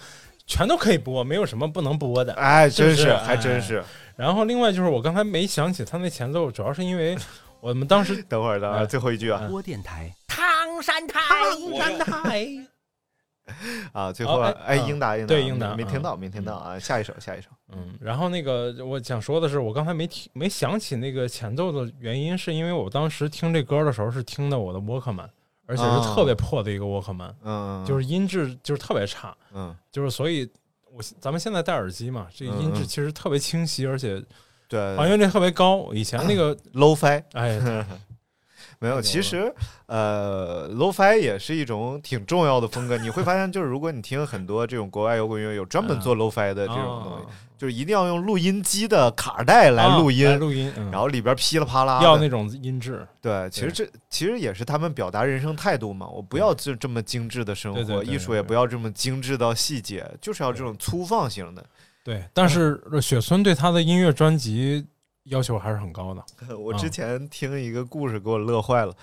[SPEAKER 3] 全都可以播，没有什么不能播的。
[SPEAKER 2] 哎，真
[SPEAKER 3] 是不
[SPEAKER 2] 是，
[SPEAKER 3] 是
[SPEAKER 2] 还真是。
[SPEAKER 3] 然后另外就是我刚才没想起他那前奏，主要是因为 [laughs] 我们当时
[SPEAKER 2] 等会儿，等会儿，
[SPEAKER 3] 哎
[SPEAKER 2] 最后一句啊
[SPEAKER 4] 播电台，唐山台，唐山台。
[SPEAKER 2] 啊，最后啊
[SPEAKER 3] 哦
[SPEAKER 2] 哎，
[SPEAKER 3] 哎
[SPEAKER 2] 英达，英达，
[SPEAKER 3] 对英达
[SPEAKER 2] 没没听
[SPEAKER 3] 嗯
[SPEAKER 2] 到，没听到啊！下一首，下一首，
[SPEAKER 3] 嗯，然后那个我想说的是，我刚才没听没想起那个前奏的原因，是因为我当时听这歌的时候是听的我的 Walkman，而且是特别破的一个 Walkman，、
[SPEAKER 2] 嗯，
[SPEAKER 3] 就是音质就是特别差，
[SPEAKER 2] 嗯，
[SPEAKER 3] 就是所以我咱们现在戴耳机嘛，这音质
[SPEAKER 2] 嗯嗯
[SPEAKER 3] 其实特别清晰，而且
[SPEAKER 2] 对
[SPEAKER 3] 还原率特别高。以前那个、
[SPEAKER 2] ，low fi。
[SPEAKER 3] 哎，对
[SPEAKER 2] 没有，
[SPEAKER 3] 太牛
[SPEAKER 2] 其
[SPEAKER 3] 了
[SPEAKER 2] 实呃，lofi 也是一种挺重要的风格。你会发现，就是如果你听很多这种国外摇滚乐，有专门做 lofi [laughs] 的这种东西，
[SPEAKER 3] 嗯哦
[SPEAKER 2] 就是一定要用录音机的卡带来录音，
[SPEAKER 3] 啊来录音，嗯、
[SPEAKER 2] 然后里边噼里啪啦
[SPEAKER 3] 要
[SPEAKER 2] 的。
[SPEAKER 3] 那种音质，
[SPEAKER 2] 对，其实这其实也是他们表达人生态度嘛。我不要这这么精致的生
[SPEAKER 3] 对对
[SPEAKER 2] 活，
[SPEAKER 3] 对对
[SPEAKER 2] 艺术也不要这么精致到细节，就是要这种粗放型的。 [laughs]
[SPEAKER 3] 对。但是雪村对他的音乐专辑要求还是很高的。
[SPEAKER 2] 我
[SPEAKER 3] 啊
[SPEAKER 2] 之前听一个故事给我乐坏了，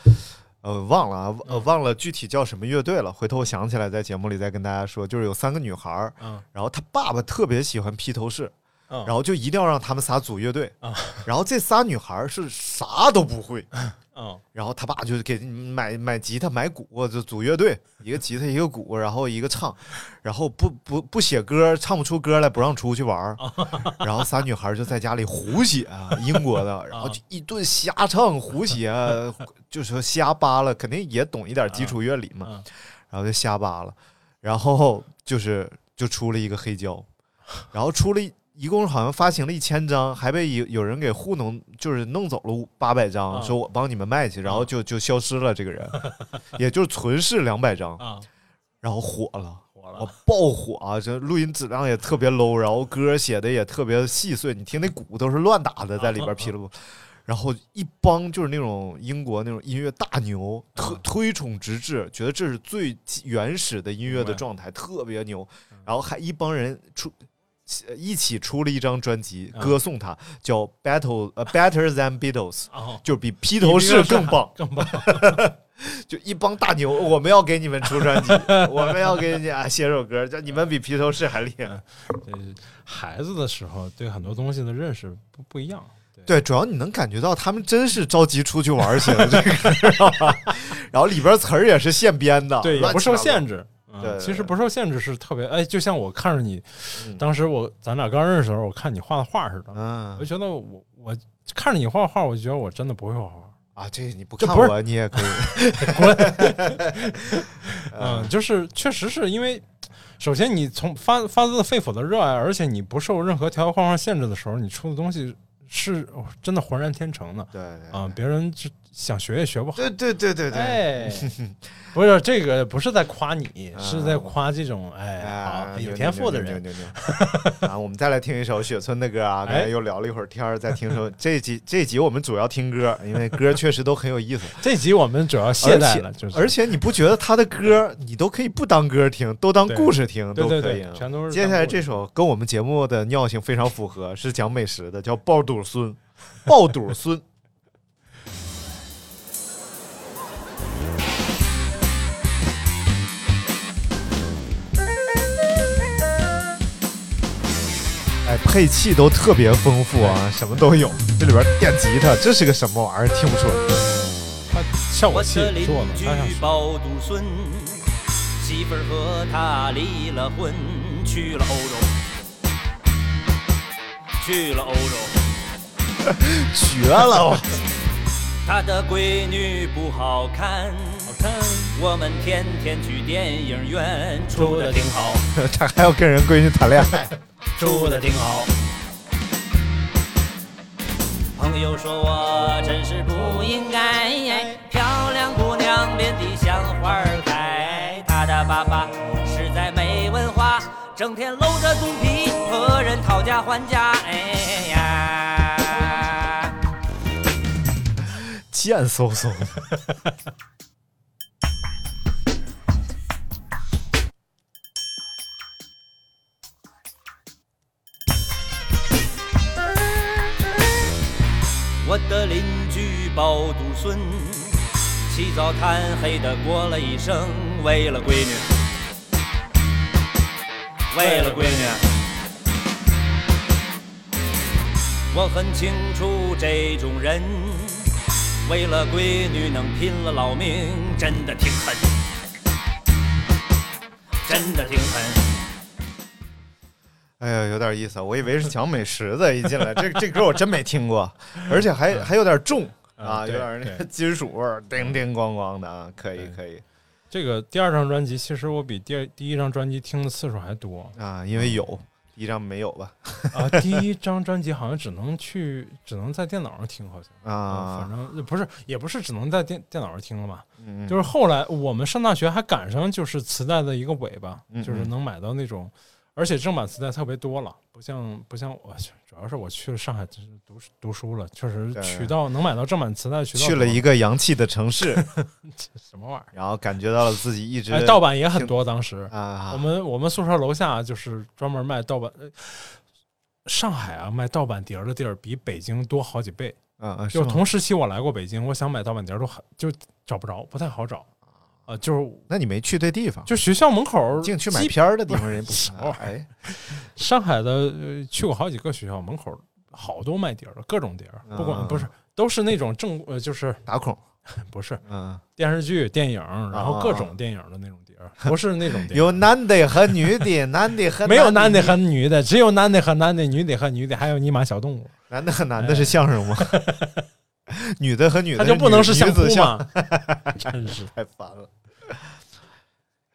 [SPEAKER 2] 呃，忘了啊，
[SPEAKER 3] 嗯
[SPEAKER 2] 呃，忘了具体叫什么乐队了，回头我想起来在节目里再跟大家说。就是有三个女孩儿，
[SPEAKER 3] 嗯
[SPEAKER 2] 然后她爸爸特别喜欢披头士，
[SPEAKER 3] 嗯，
[SPEAKER 2] 然后就一定要让他们仨组乐队
[SPEAKER 3] 啊，
[SPEAKER 2] 然后这仨女孩儿是啥都不会，
[SPEAKER 3] 嗯
[SPEAKER 2] 然后他爸就给买买吉他买鼓，就组乐队，一个吉他一个鼓，然后一个唱，然后不不不写歌，唱不出歌来，不让出去玩儿。 [laughs] 然后仨女孩就在家里胡写啊，英国的，然后就一顿瞎唱胡写， [laughs] 就说瞎扒拉，肯定也懂一点基础乐理嘛，
[SPEAKER 3] 嗯
[SPEAKER 2] 然后就瞎扒拉，然后就是就出了一个黑胶，然后出了一。一共好像发行了一千张，还被有有人给糊弄，就是弄走了八百张，
[SPEAKER 3] 啊
[SPEAKER 2] 说我帮你们卖去，然后就就消失了。这个人，也就是存世两百张，
[SPEAKER 3] 啊，
[SPEAKER 2] 然后火了，
[SPEAKER 3] 火
[SPEAKER 2] 我爆火啊！这录音质量也特别 low，然后歌写的也特别细碎，你听那鼓都是乱打的，在里边噼里啪啦。然后一帮就是那种英国那种音乐大牛推推崇直至，觉得这是最原始的音乐的状态，特别牛。然后还一帮人出一起出了一张专辑，
[SPEAKER 3] 嗯
[SPEAKER 2] 歌颂他，叫《Battle 呃 Better Than Beatles》，
[SPEAKER 3] 哦，
[SPEAKER 2] 就是比披头士更棒。
[SPEAKER 3] [laughs] 更棒，
[SPEAKER 2] 就一帮大 [laughs] 牛，我们要给你们出专辑， [laughs] 我们要给你啊写首歌，叫你们比披头士还厉害。
[SPEAKER 3] 呃，孩子的时候对很多东西的认识不不一样。
[SPEAKER 2] 对，主要你能感觉到他们真是着急出去 [laughs] 玩儿写的这个歌，然后里边词儿也是现编的，
[SPEAKER 3] 对，也
[SPEAKER 2] 啊乱
[SPEAKER 3] 不
[SPEAKER 2] 七八
[SPEAKER 3] 受
[SPEAKER 2] 糟
[SPEAKER 3] 限制。嗯嗯
[SPEAKER 2] 对对嗯
[SPEAKER 3] 其实不受限制是特别哎，就像我看着你，当时我咱俩刚认识的时候，我看你画的画似的，我
[SPEAKER 2] 嗯
[SPEAKER 3] 就觉得我我看着你画画，我觉得我真的不会画画。
[SPEAKER 2] 啊，这你不
[SPEAKER 3] 这
[SPEAKER 2] 看
[SPEAKER 3] 不是
[SPEAKER 2] 我你也 [laughs] 可以，
[SPEAKER 3] 嗯，就是确实是因为，首先你从发发自肺腑的热爱，而且你不受任何条条框框限制的时候，你出的东西是哦真的浑然天成的
[SPEAKER 2] 对对
[SPEAKER 3] 啊，别人就想学也学不好。
[SPEAKER 2] 对对哎对对对，
[SPEAKER 3] 哎，不是这个，不是在夸你，
[SPEAKER 2] 啊
[SPEAKER 3] 是在夸这种哎
[SPEAKER 2] 啊
[SPEAKER 3] 好有
[SPEAKER 2] 牛
[SPEAKER 3] 天赋的
[SPEAKER 2] 牛
[SPEAKER 3] 人。
[SPEAKER 2] 牛牛牛牛 [laughs] 啊！我们再来听一首雪村的歌啊，刚才
[SPEAKER 3] 哎
[SPEAKER 2] 又聊了一会儿天儿，再听首这集这集我们主要听歌，因为歌确实都很有意思，
[SPEAKER 3] 这集我们主要懈怠了，就是
[SPEAKER 2] 而且你不觉得他的歌你都可以不当歌听，都当故事听
[SPEAKER 3] 对
[SPEAKER 2] 都
[SPEAKER 3] 对
[SPEAKER 2] 可以
[SPEAKER 3] 对
[SPEAKER 2] 啊，。
[SPEAKER 3] 全都是
[SPEAKER 2] 接下来这首跟我们节目的尿性非常符合，是讲美食的，叫《爆肚孙》，爆肚孙。 [laughs] 哎，配器都特别丰富啊，什么都有。这里边电吉他，这是个什么玩意儿？听不出来。
[SPEAKER 3] 他效果
[SPEAKER 4] 我
[SPEAKER 3] 器
[SPEAKER 4] 的邻
[SPEAKER 3] 是我们
[SPEAKER 4] 居
[SPEAKER 3] 发现
[SPEAKER 4] 包独孙，媳妇儿和他离了婚，去了欧洲，去了欧洲。
[SPEAKER 2] 绝了！我
[SPEAKER 4] 他的闺女不好看，好看。我们天天去电影院，住的挺好，
[SPEAKER 2] [laughs] 他还要跟人闺女谈恋
[SPEAKER 3] [laughs]
[SPEAKER 2] 爱。
[SPEAKER 4] 住的挺好。朋友说我真是不应该，漂亮姑娘遍地像花儿开。她的爸爸实在没文化，整天露着肚皮和人讨价还价。哎呀！
[SPEAKER 2] 贱嗖嗖的。
[SPEAKER 4] 我的邻居包独孙，起早贪黑的过了一生，为了闺女，为了闺女。我很清楚这种人，为了闺女能拼了老命，真的挺狠，真的挺狠。
[SPEAKER 2] 哎呀，有点意思，我以为是讲美食的，一进来这这歌我真没听
[SPEAKER 3] [laughs]
[SPEAKER 2] 过，而且还还有点重啊，有
[SPEAKER 3] 嗯对
[SPEAKER 2] 点那个金属味儿，叮叮咣咣的啊，可以
[SPEAKER 3] 对
[SPEAKER 2] 可以
[SPEAKER 3] 这个第二张专辑，其实我比第二第一张专辑听的次数还多
[SPEAKER 2] 啊，因为有第一张没有吧
[SPEAKER 3] 啊。第一张专辑好像只能去，只能在电脑上听，好像反
[SPEAKER 2] 啊，
[SPEAKER 3] 正不是，也不是只能在电电脑上听了吧。
[SPEAKER 2] 嗯
[SPEAKER 3] 就是后来我们上大学还赶上就是磁带的一个尾巴，
[SPEAKER 2] 嗯
[SPEAKER 3] 就是能买到那种，而且正版磁带特别多了，不像不像我去，主要是我去了上海真是读书读书了，确实
[SPEAKER 2] 对
[SPEAKER 3] 渠道能买到正版磁带的渠道
[SPEAKER 2] 去了一
[SPEAKER 3] 个
[SPEAKER 2] 个洋气的城市， [laughs]
[SPEAKER 3] 什么玩意
[SPEAKER 2] 然后感觉到了自己一直
[SPEAKER 3] 儿？哎，盗版也很多，当时
[SPEAKER 2] 啊，
[SPEAKER 3] 我们我们宿舍楼下就是专门卖盗版。呃上海啊，卖盗版碟儿的地儿比北京多好几倍。
[SPEAKER 2] 啊啊，是
[SPEAKER 3] 就
[SPEAKER 2] 吗
[SPEAKER 3] 同时期我来过北京，我想买盗版碟儿都很就找不着，不太好找。啊、就是
[SPEAKER 2] 那你没去对地方，
[SPEAKER 3] 就学校门口儿
[SPEAKER 2] 净去买
[SPEAKER 3] 基
[SPEAKER 2] 片儿的地方人不
[SPEAKER 3] 什么
[SPEAKER 2] 看
[SPEAKER 3] [laughs] 玩意儿
[SPEAKER 2] 哎，
[SPEAKER 3] 上海的呃去过好几个学校，门口好多卖碟儿的，各种碟儿，不管
[SPEAKER 2] 嗯
[SPEAKER 3] 不是都是那种正呃，就是
[SPEAKER 2] 打孔，
[SPEAKER 3] 不是
[SPEAKER 2] 嗯，
[SPEAKER 3] 电视剧、电影，然后各种电影的那种碟
[SPEAKER 2] [laughs]
[SPEAKER 3] 儿，不是那种碟儿。
[SPEAKER 2] 哦有男的和女的， [laughs] 男的和
[SPEAKER 3] 没有男
[SPEAKER 2] 男
[SPEAKER 3] 的和女的，只有男的和男的，女的和女的，还有尼玛小动物，
[SPEAKER 2] 男的和男的是相声
[SPEAKER 3] [laughs]
[SPEAKER 2] 吗？女的和女的
[SPEAKER 3] 哎它就不能是
[SPEAKER 2] 女
[SPEAKER 3] 相
[SPEAKER 2] 女
[SPEAKER 3] 扑
[SPEAKER 2] 子相，
[SPEAKER 3] 吗？
[SPEAKER 2] [laughs]
[SPEAKER 3] 真是
[SPEAKER 2] 太烦了。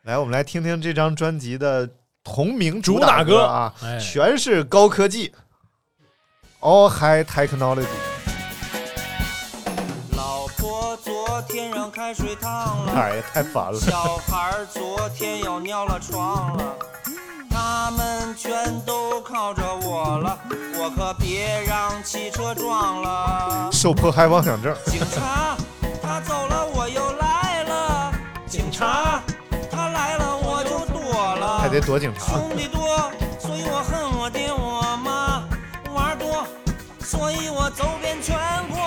[SPEAKER 2] 来，我们来听听这张专辑的同名打歌啊， [laughs]
[SPEAKER 3] 主打歌哎
[SPEAKER 2] 全是高科技，All High Technology。
[SPEAKER 4] 老婆昨天让开水烫了。
[SPEAKER 2] 哎呀，太烦了！
[SPEAKER 4] 小孩儿昨天又尿了床了，他们全都靠着我了，我可别让汽车撞了。
[SPEAKER 2] 受迫害妄想症，
[SPEAKER 4] 警察，他走了，我又来了。警察，他来了，我就躲了。
[SPEAKER 2] 还得躲警察。
[SPEAKER 4] 兄弟多，所以我恨我爹我妈；娃儿多，所以我走遍全国。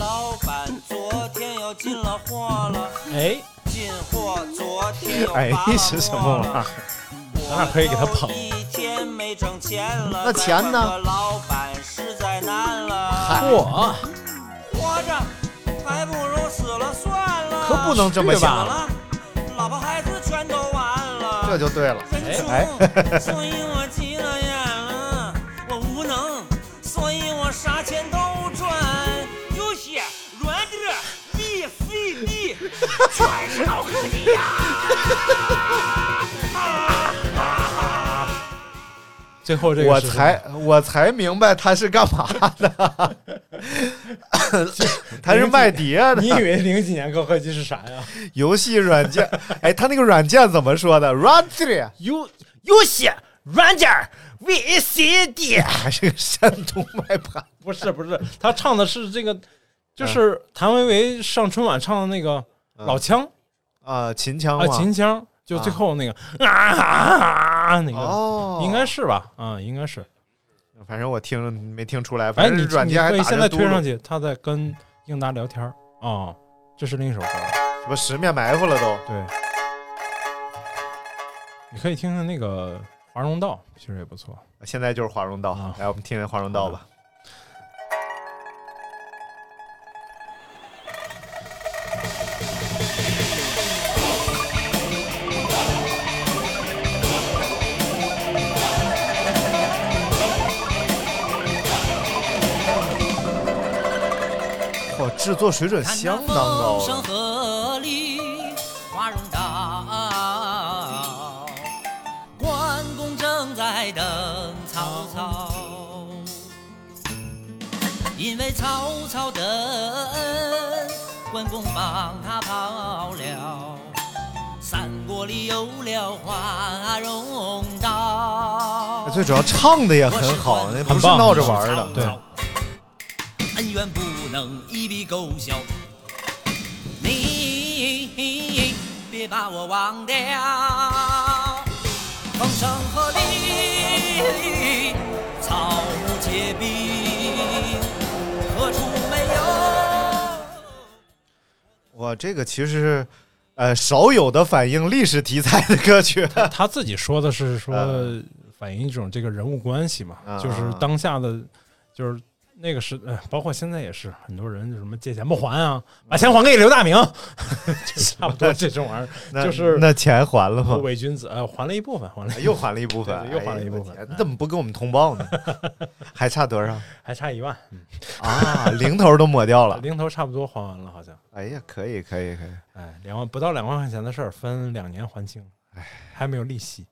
[SPEAKER 4] 老板昨天又进了货了，
[SPEAKER 3] 哎，
[SPEAKER 4] 进货昨天又
[SPEAKER 2] 哎
[SPEAKER 4] 发，了
[SPEAKER 2] 是什么
[SPEAKER 4] 货
[SPEAKER 2] 玩意
[SPEAKER 4] 了
[SPEAKER 2] 儿？
[SPEAKER 4] 咱
[SPEAKER 3] 俩可以给他捧
[SPEAKER 4] 一天没挣钱了，
[SPEAKER 2] 那钱呢
[SPEAKER 4] 再换个老板实在难了。
[SPEAKER 3] 嚯，
[SPEAKER 4] 活着还不如死了算
[SPEAKER 2] 不能这么
[SPEAKER 3] 是吧
[SPEAKER 2] 想，
[SPEAKER 4] 好了，老婆孩子全都完了。
[SPEAKER 2] 这就对了。
[SPEAKER 4] 分手，
[SPEAKER 5] 哎
[SPEAKER 2] [laughs]
[SPEAKER 4] 所以我急了眼了，我无能，所以我啥钱都赚，有些软的、米碎的，全是好看的呀。
[SPEAKER 3] 最后这个
[SPEAKER 2] 我
[SPEAKER 3] 是
[SPEAKER 2] 才我才明白他是干嘛
[SPEAKER 3] [laughs]
[SPEAKER 2] 的，他是卖碟
[SPEAKER 5] 你以
[SPEAKER 2] 的，
[SPEAKER 5] 为零几年高科技是啥
[SPEAKER 2] [laughs]
[SPEAKER 5] 呀？
[SPEAKER 2] 游戏软件。哎，他那个软件怎么说的？Run
[SPEAKER 5] 游游戏软件 VCD
[SPEAKER 2] 还是个山东卖盘，
[SPEAKER 3] 不是不是，他唱的是这个，就是
[SPEAKER 2] 嗯
[SPEAKER 3] 谭维维上春晚唱的那个老腔
[SPEAKER 2] 啊，秦嗯腔
[SPEAKER 3] 啊，
[SPEAKER 2] 吗？
[SPEAKER 3] 秦腔，就最后那个啊啊啊那个，
[SPEAKER 2] 哦，
[SPEAKER 3] 应该是吧？啊，应该是。
[SPEAKER 2] 反正我听着没听出来，
[SPEAKER 3] 哎，
[SPEAKER 2] 反正
[SPEAKER 3] 你
[SPEAKER 2] 软件还
[SPEAKER 3] 你可以
[SPEAKER 2] 打
[SPEAKER 3] 现在
[SPEAKER 2] 着嘟
[SPEAKER 3] 推上
[SPEAKER 2] 噜，
[SPEAKER 3] 去，他在跟英达聊天儿啊，这是另一首歌，
[SPEAKER 2] 什么十面埋伏了都。
[SPEAKER 3] 对。你可以听听那个《华容道》，其实也不错。
[SPEAKER 2] 现在就是华容道
[SPEAKER 3] 啊，
[SPEAKER 2] 来我们听听华容道吧。哇，制作水准相当高
[SPEAKER 4] 看那风声
[SPEAKER 2] 啊，
[SPEAKER 4] 鹤唳，花容道，关公正在等曹操，因为曹操的恩，关公帮他跑了。三国里有了花容道
[SPEAKER 2] 哎，最主要唱的也很好，那不
[SPEAKER 3] 很
[SPEAKER 2] 是
[SPEAKER 3] 棒
[SPEAKER 2] 闹着玩儿的。
[SPEAKER 3] 对
[SPEAKER 4] 恩怨不能一笔勾销。你别把我忘掉，风声鹤唳，草木皆兵，何处没有？
[SPEAKER 2] 哇，这个其实是呃少有的反映历史题材的歌
[SPEAKER 3] [laughs]
[SPEAKER 2] 曲。
[SPEAKER 3] 他自己说的是说
[SPEAKER 2] 嗯
[SPEAKER 3] 反映一种这个人物关系嘛，
[SPEAKER 2] 啊
[SPEAKER 3] 就是当下的，就是那个时，呃包括现在也是很多人就什么借钱不还啊，把钱还给
[SPEAKER 2] [laughs]
[SPEAKER 3] 刘大明，就差不多这种玩意
[SPEAKER 2] 那
[SPEAKER 3] 儿，就是
[SPEAKER 2] 那钱还了吗？哎
[SPEAKER 3] 伪君子，呃，还了一部分，还了，
[SPEAKER 2] 又还了一部分，
[SPEAKER 3] 对又还了一部分
[SPEAKER 2] 哎呦我的天你怎么不跟我们通报呢？ [laughs] 还差多少
[SPEAKER 3] [laughs] 还差一万， [laughs]
[SPEAKER 2] 啊？零头都抹掉了。
[SPEAKER 3] 零头差不多还完了，好像，
[SPEAKER 2] 哎呀，可以，可以，可以。
[SPEAKER 3] 哎，两万不到两万块钱的事儿，分两年还清，
[SPEAKER 2] 哎
[SPEAKER 3] 还没有利息，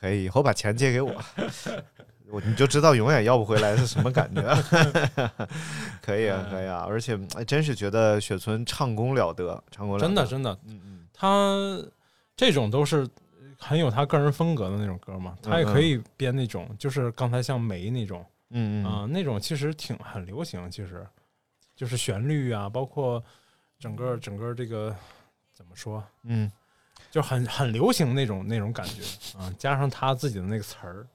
[SPEAKER 2] 可以，以后把钱借给我， [laughs] 我你就知道永远要不回来是什么感觉。 [laughs] 可以啊，可以啊，而且哎真是觉得雪村唱功了得，唱功了得
[SPEAKER 3] 真的，真的，
[SPEAKER 2] 嗯嗯，
[SPEAKER 3] 他这种都是很有他个人风格的那种歌嘛，他也可以编那种，就是刚才像梅那种，
[SPEAKER 2] 嗯嗯
[SPEAKER 3] 啊、那种其实挺很流行，其实就是旋律啊，包括整个整个这个怎么说，
[SPEAKER 2] 嗯，
[SPEAKER 3] 就很很流行那种那种感觉啊、加上他自己的那个词儿，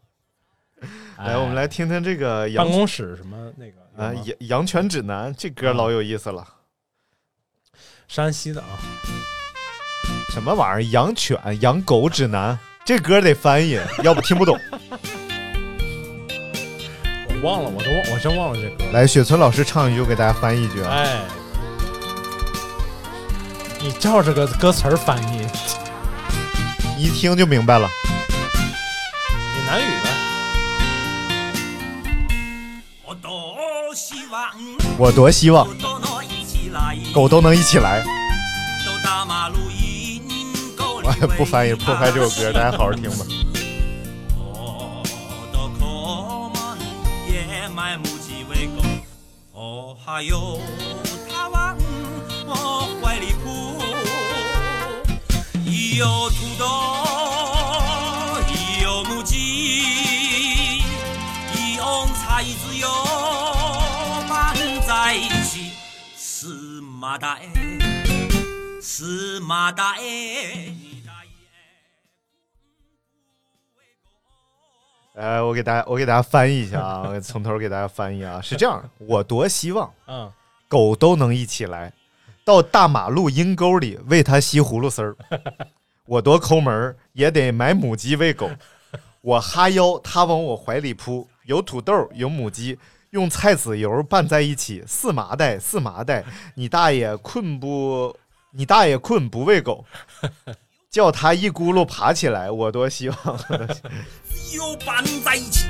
[SPEAKER 2] 来，我们来听听这个
[SPEAKER 3] 哎办
[SPEAKER 2] 杨
[SPEAKER 3] 公室什么那个
[SPEAKER 2] 啊
[SPEAKER 3] 有吗
[SPEAKER 2] 杨杨泉指南这歌老有意思了，
[SPEAKER 3] 山西的啊，
[SPEAKER 2] 什么玩意儿？养犬、养狗指南，这歌得翻译，要不听不懂。
[SPEAKER 3] 我忘了，我都忘，我真忘了这歌了。
[SPEAKER 2] [laughs] 来，雪村老师唱一句，给大家翻译一句啊。
[SPEAKER 3] 哎，你照这个歌词儿翻译，
[SPEAKER 2] 你一听就明白了。
[SPEAKER 3] 闽南语啊的，
[SPEAKER 4] 我多希望
[SPEAKER 2] 我多希望
[SPEAKER 4] 狗都能一起来，
[SPEAKER 2] 狗都能一起来。 [laughs]
[SPEAKER 4] 都大马路一狗
[SPEAKER 2] 我也 [laughs] 不翻译，破坏这首歌，大家好好听吧。
[SPEAKER 4] 我的口们也买不起喂狗，哦还有它往我怀里扑，一有土豆，一有母鸡，一翁才子哟绑在一起，司马大爷，司马大爷。
[SPEAKER 2] 呃，我给大家，我给大家翻译一下啊，我从头给大家翻译啊，是这样的：我多希望
[SPEAKER 3] 嗯，
[SPEAKER 2] 狗都能一起来，到大马路阴沟里喂它吸葫芦丝儿。我多抠门儿，也得买母鸡喂狗。我哈腰，它往我怀里扑，有土豆，有母鸡，用菜籽油拌在一起，四麻袋四麻袋，你大爷困不？你大爷困不喂狗，叫他一咕噜爬起来，我多希望。
[SPEAKER 4] 又绑在一起，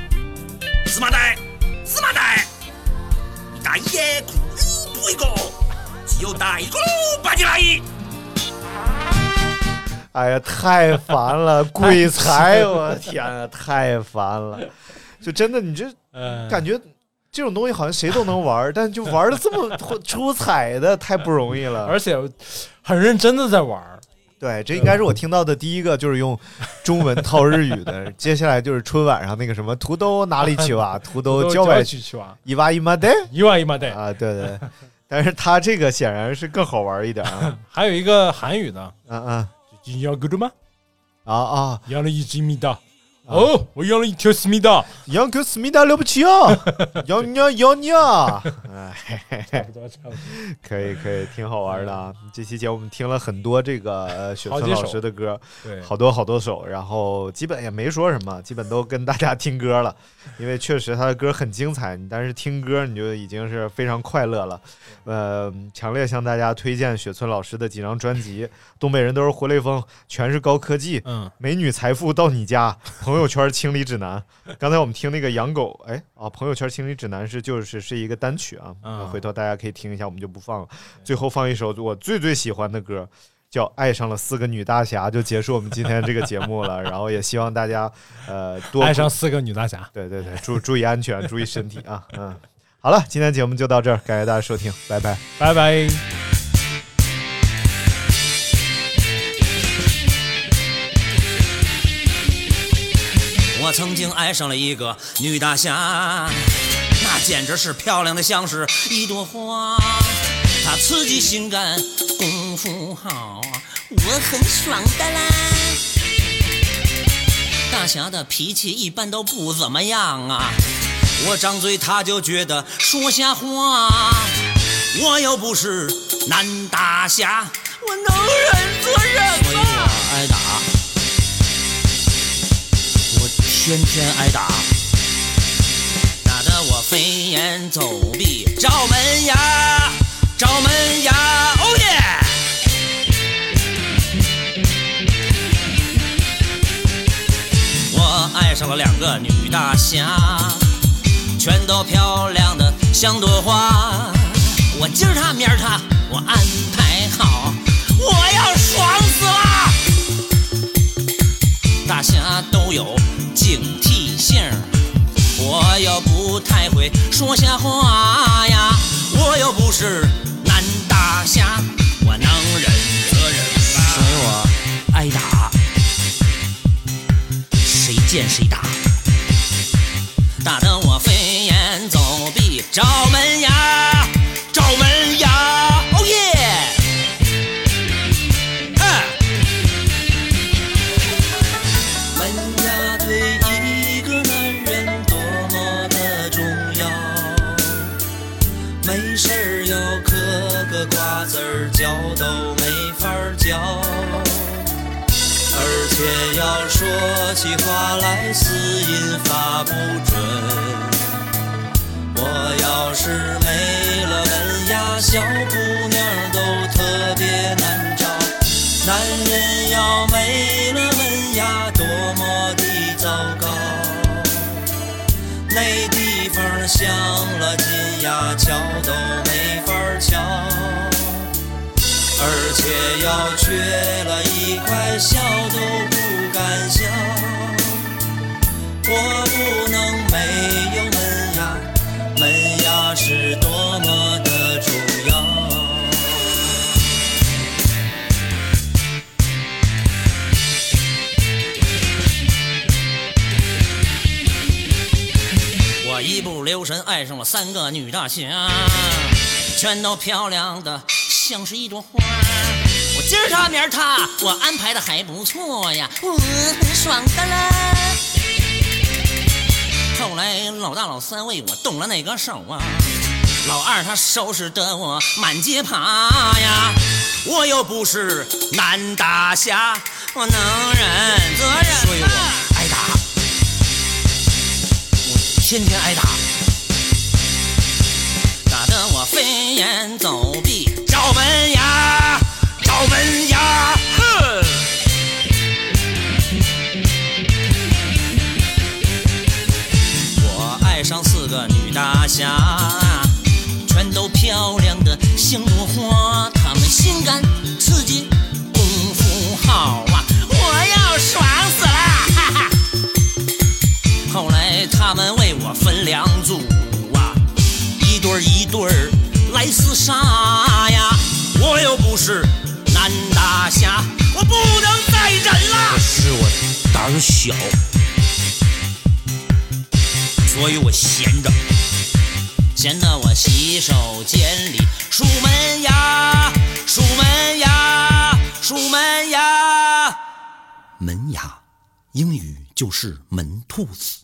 [SPEAKER 4] 芝麻蛋，芝麻蛋，你大爷哭不一个，只有大一个把你来。
[SPEAKER 2] 哎呀，太烦了，鬼才！我天啊，太烦了！就真的，你这
[SPEAKER 3] 呃，
[SPEAKER 2] 感觉这种东西好像谁都能玩儿， [laughs] 但就玩的这么出彩的，太不容易了。
[SPEAKER 3] 而且很认真的在玩儿，
[SPEAKER 2] 对，这应该是我听到的第一个，就是用中文套日语
[SPEAKER 3] [laughs]
[SPEAKER 2] 的。接下来就是春晚上那个什么“土豆哪里去哇，土豆郊外去
[SPEAKER 3] 去去玩，
[SPEAKER 2] 伊哇伊妈得
[SPEAKER 3] [laughs] 一万一万”对。
[SPEAKER 2] 啊，对对。但是他这个显然是更好玩一点啊，
[SPEAKER 3] [laughs] 还有一个韩语的，
[SPEAKER 2] 啊啊
[SPEAKER 3] 你要个什么？
[SPEAKER 2] 啊啊！
[SPEAKER 3] 要了一只米的。哦，我要了一条思密达，
[SPEAKER 2] 杨哥思密达了不起
[SPEAKER 3] [laughs]
[SPEAKER 2] 啊，杨娘杨娘，哎。
[SPEAKER 3] 差不多差不多。
[SPEAKER 2] 可以可以，挺好玩的啊！这期节目我们听了很多这个呃雪
[SPEAKER 3] 好
[SPEAKER 2] 村
[SPEAKER 3] 几
[SPEAKER 2] 老
[SPEAKER 3] 首
[SPEAKER 2] 师的歌，
[SPEAKER 3] 对，
[SPEAKER 2] 好多好多首，然后基本也没说什么，基本都跟大家听歌了，因为确实他的歌很精彩，你但是听歌你就已经是非常快乐了。呃，强烈向大家推荐雪村老师的几张专辑，《东北人都是活雷锋》，全是高科技。
[SPEAKER 3] 嗯，
[SPEAKER 2] 美女财富到你家， [laughs] 朋友圈清理指南。刚才我们听那个养狗，哎啊，朋友圈清理指南是就是是一个单曲啊，
[SPEAKER 3] 嗯
[SPEAKER 2] 回头大家可以听一下，我们就不放了。最后放一首我最最喜欢的歌，叫《爱上了四个女大侠》，就结束我们今天这个节目
[SPEAKER 3] [laughs]
[SPEAKER 2] 了。然后也希望大家呃多
[SPEAKER 3] 爱上四个女大侠，
[SPEAKER 2] 对对对，注注意安全，注意身体啊，嗯。好了，今天节目就到这儿，感谢大家收听，拜拜。
[SPEAKER 3] 拜拜。
[SPEAKER 4] 我曾经爱上了一个女大侠，那简直是漂亮的像是一朵花，她刺激性感，功夫好，啊我很爽的啦。大侠的脾气一般都不怎么样啊，我张嘴他就觉得说瞎话，我又不是男大侠，我能忍则忍吧。所以我挨打。我天天挨打，打得我飞檐走壁，找门牙，找门牙，哦耶！我爱上了两个女大侠，全都漂亮的像朵花。我今儿她明儿她，我安排好，我要爽死啦！大侠都有警惕性儿，我又不太会说瞎话呀，我又不是男大侠，我能忍则忍吧。所以我挨打，谁见谁打，打得我飞檐走壁，找门牙，找门牙，哦耶！哎。门牙对一个男人多么的重要，没事儿要嗑个瓜子儿嚼都没法儿嚼，而且要说起话来死音发不准。我要是没了门牙，小姑娘都特别难找。男人要没了门牙，多么的糟糕。那地方镶了金牙，瞧都没法儿瞧。而且要缺了一块，笑都不敢笑。我不能没有门牙，门牙是多么的重要。我一不留神爱上了三个女大侠，全都漂亮的像是一朵花。我今儿她明儿她，我安排的还不错呀，我嗯很爽的啦。后来老大老三为我动了那个手啊，老二他收拾得我满街爬呀，我又不是男大侠，我能忍则忍所以我挨打，我天天挨打，我飞檐走壁，赵文雅，赵文雅，哼。我爱上四个女大侠，全都漂亮的像朵花，她们性感刺激，功夫好啊，我要爽死了！哈哈。后来他们为我分两组啊，一对儿一对儿来厮杀呀，我又不是男大侠，我不能再忍了。是我胆小。所以我闲着，闲得我洗手间里数门牙，数门牙，数门牙，门牙，英语就是门兔子。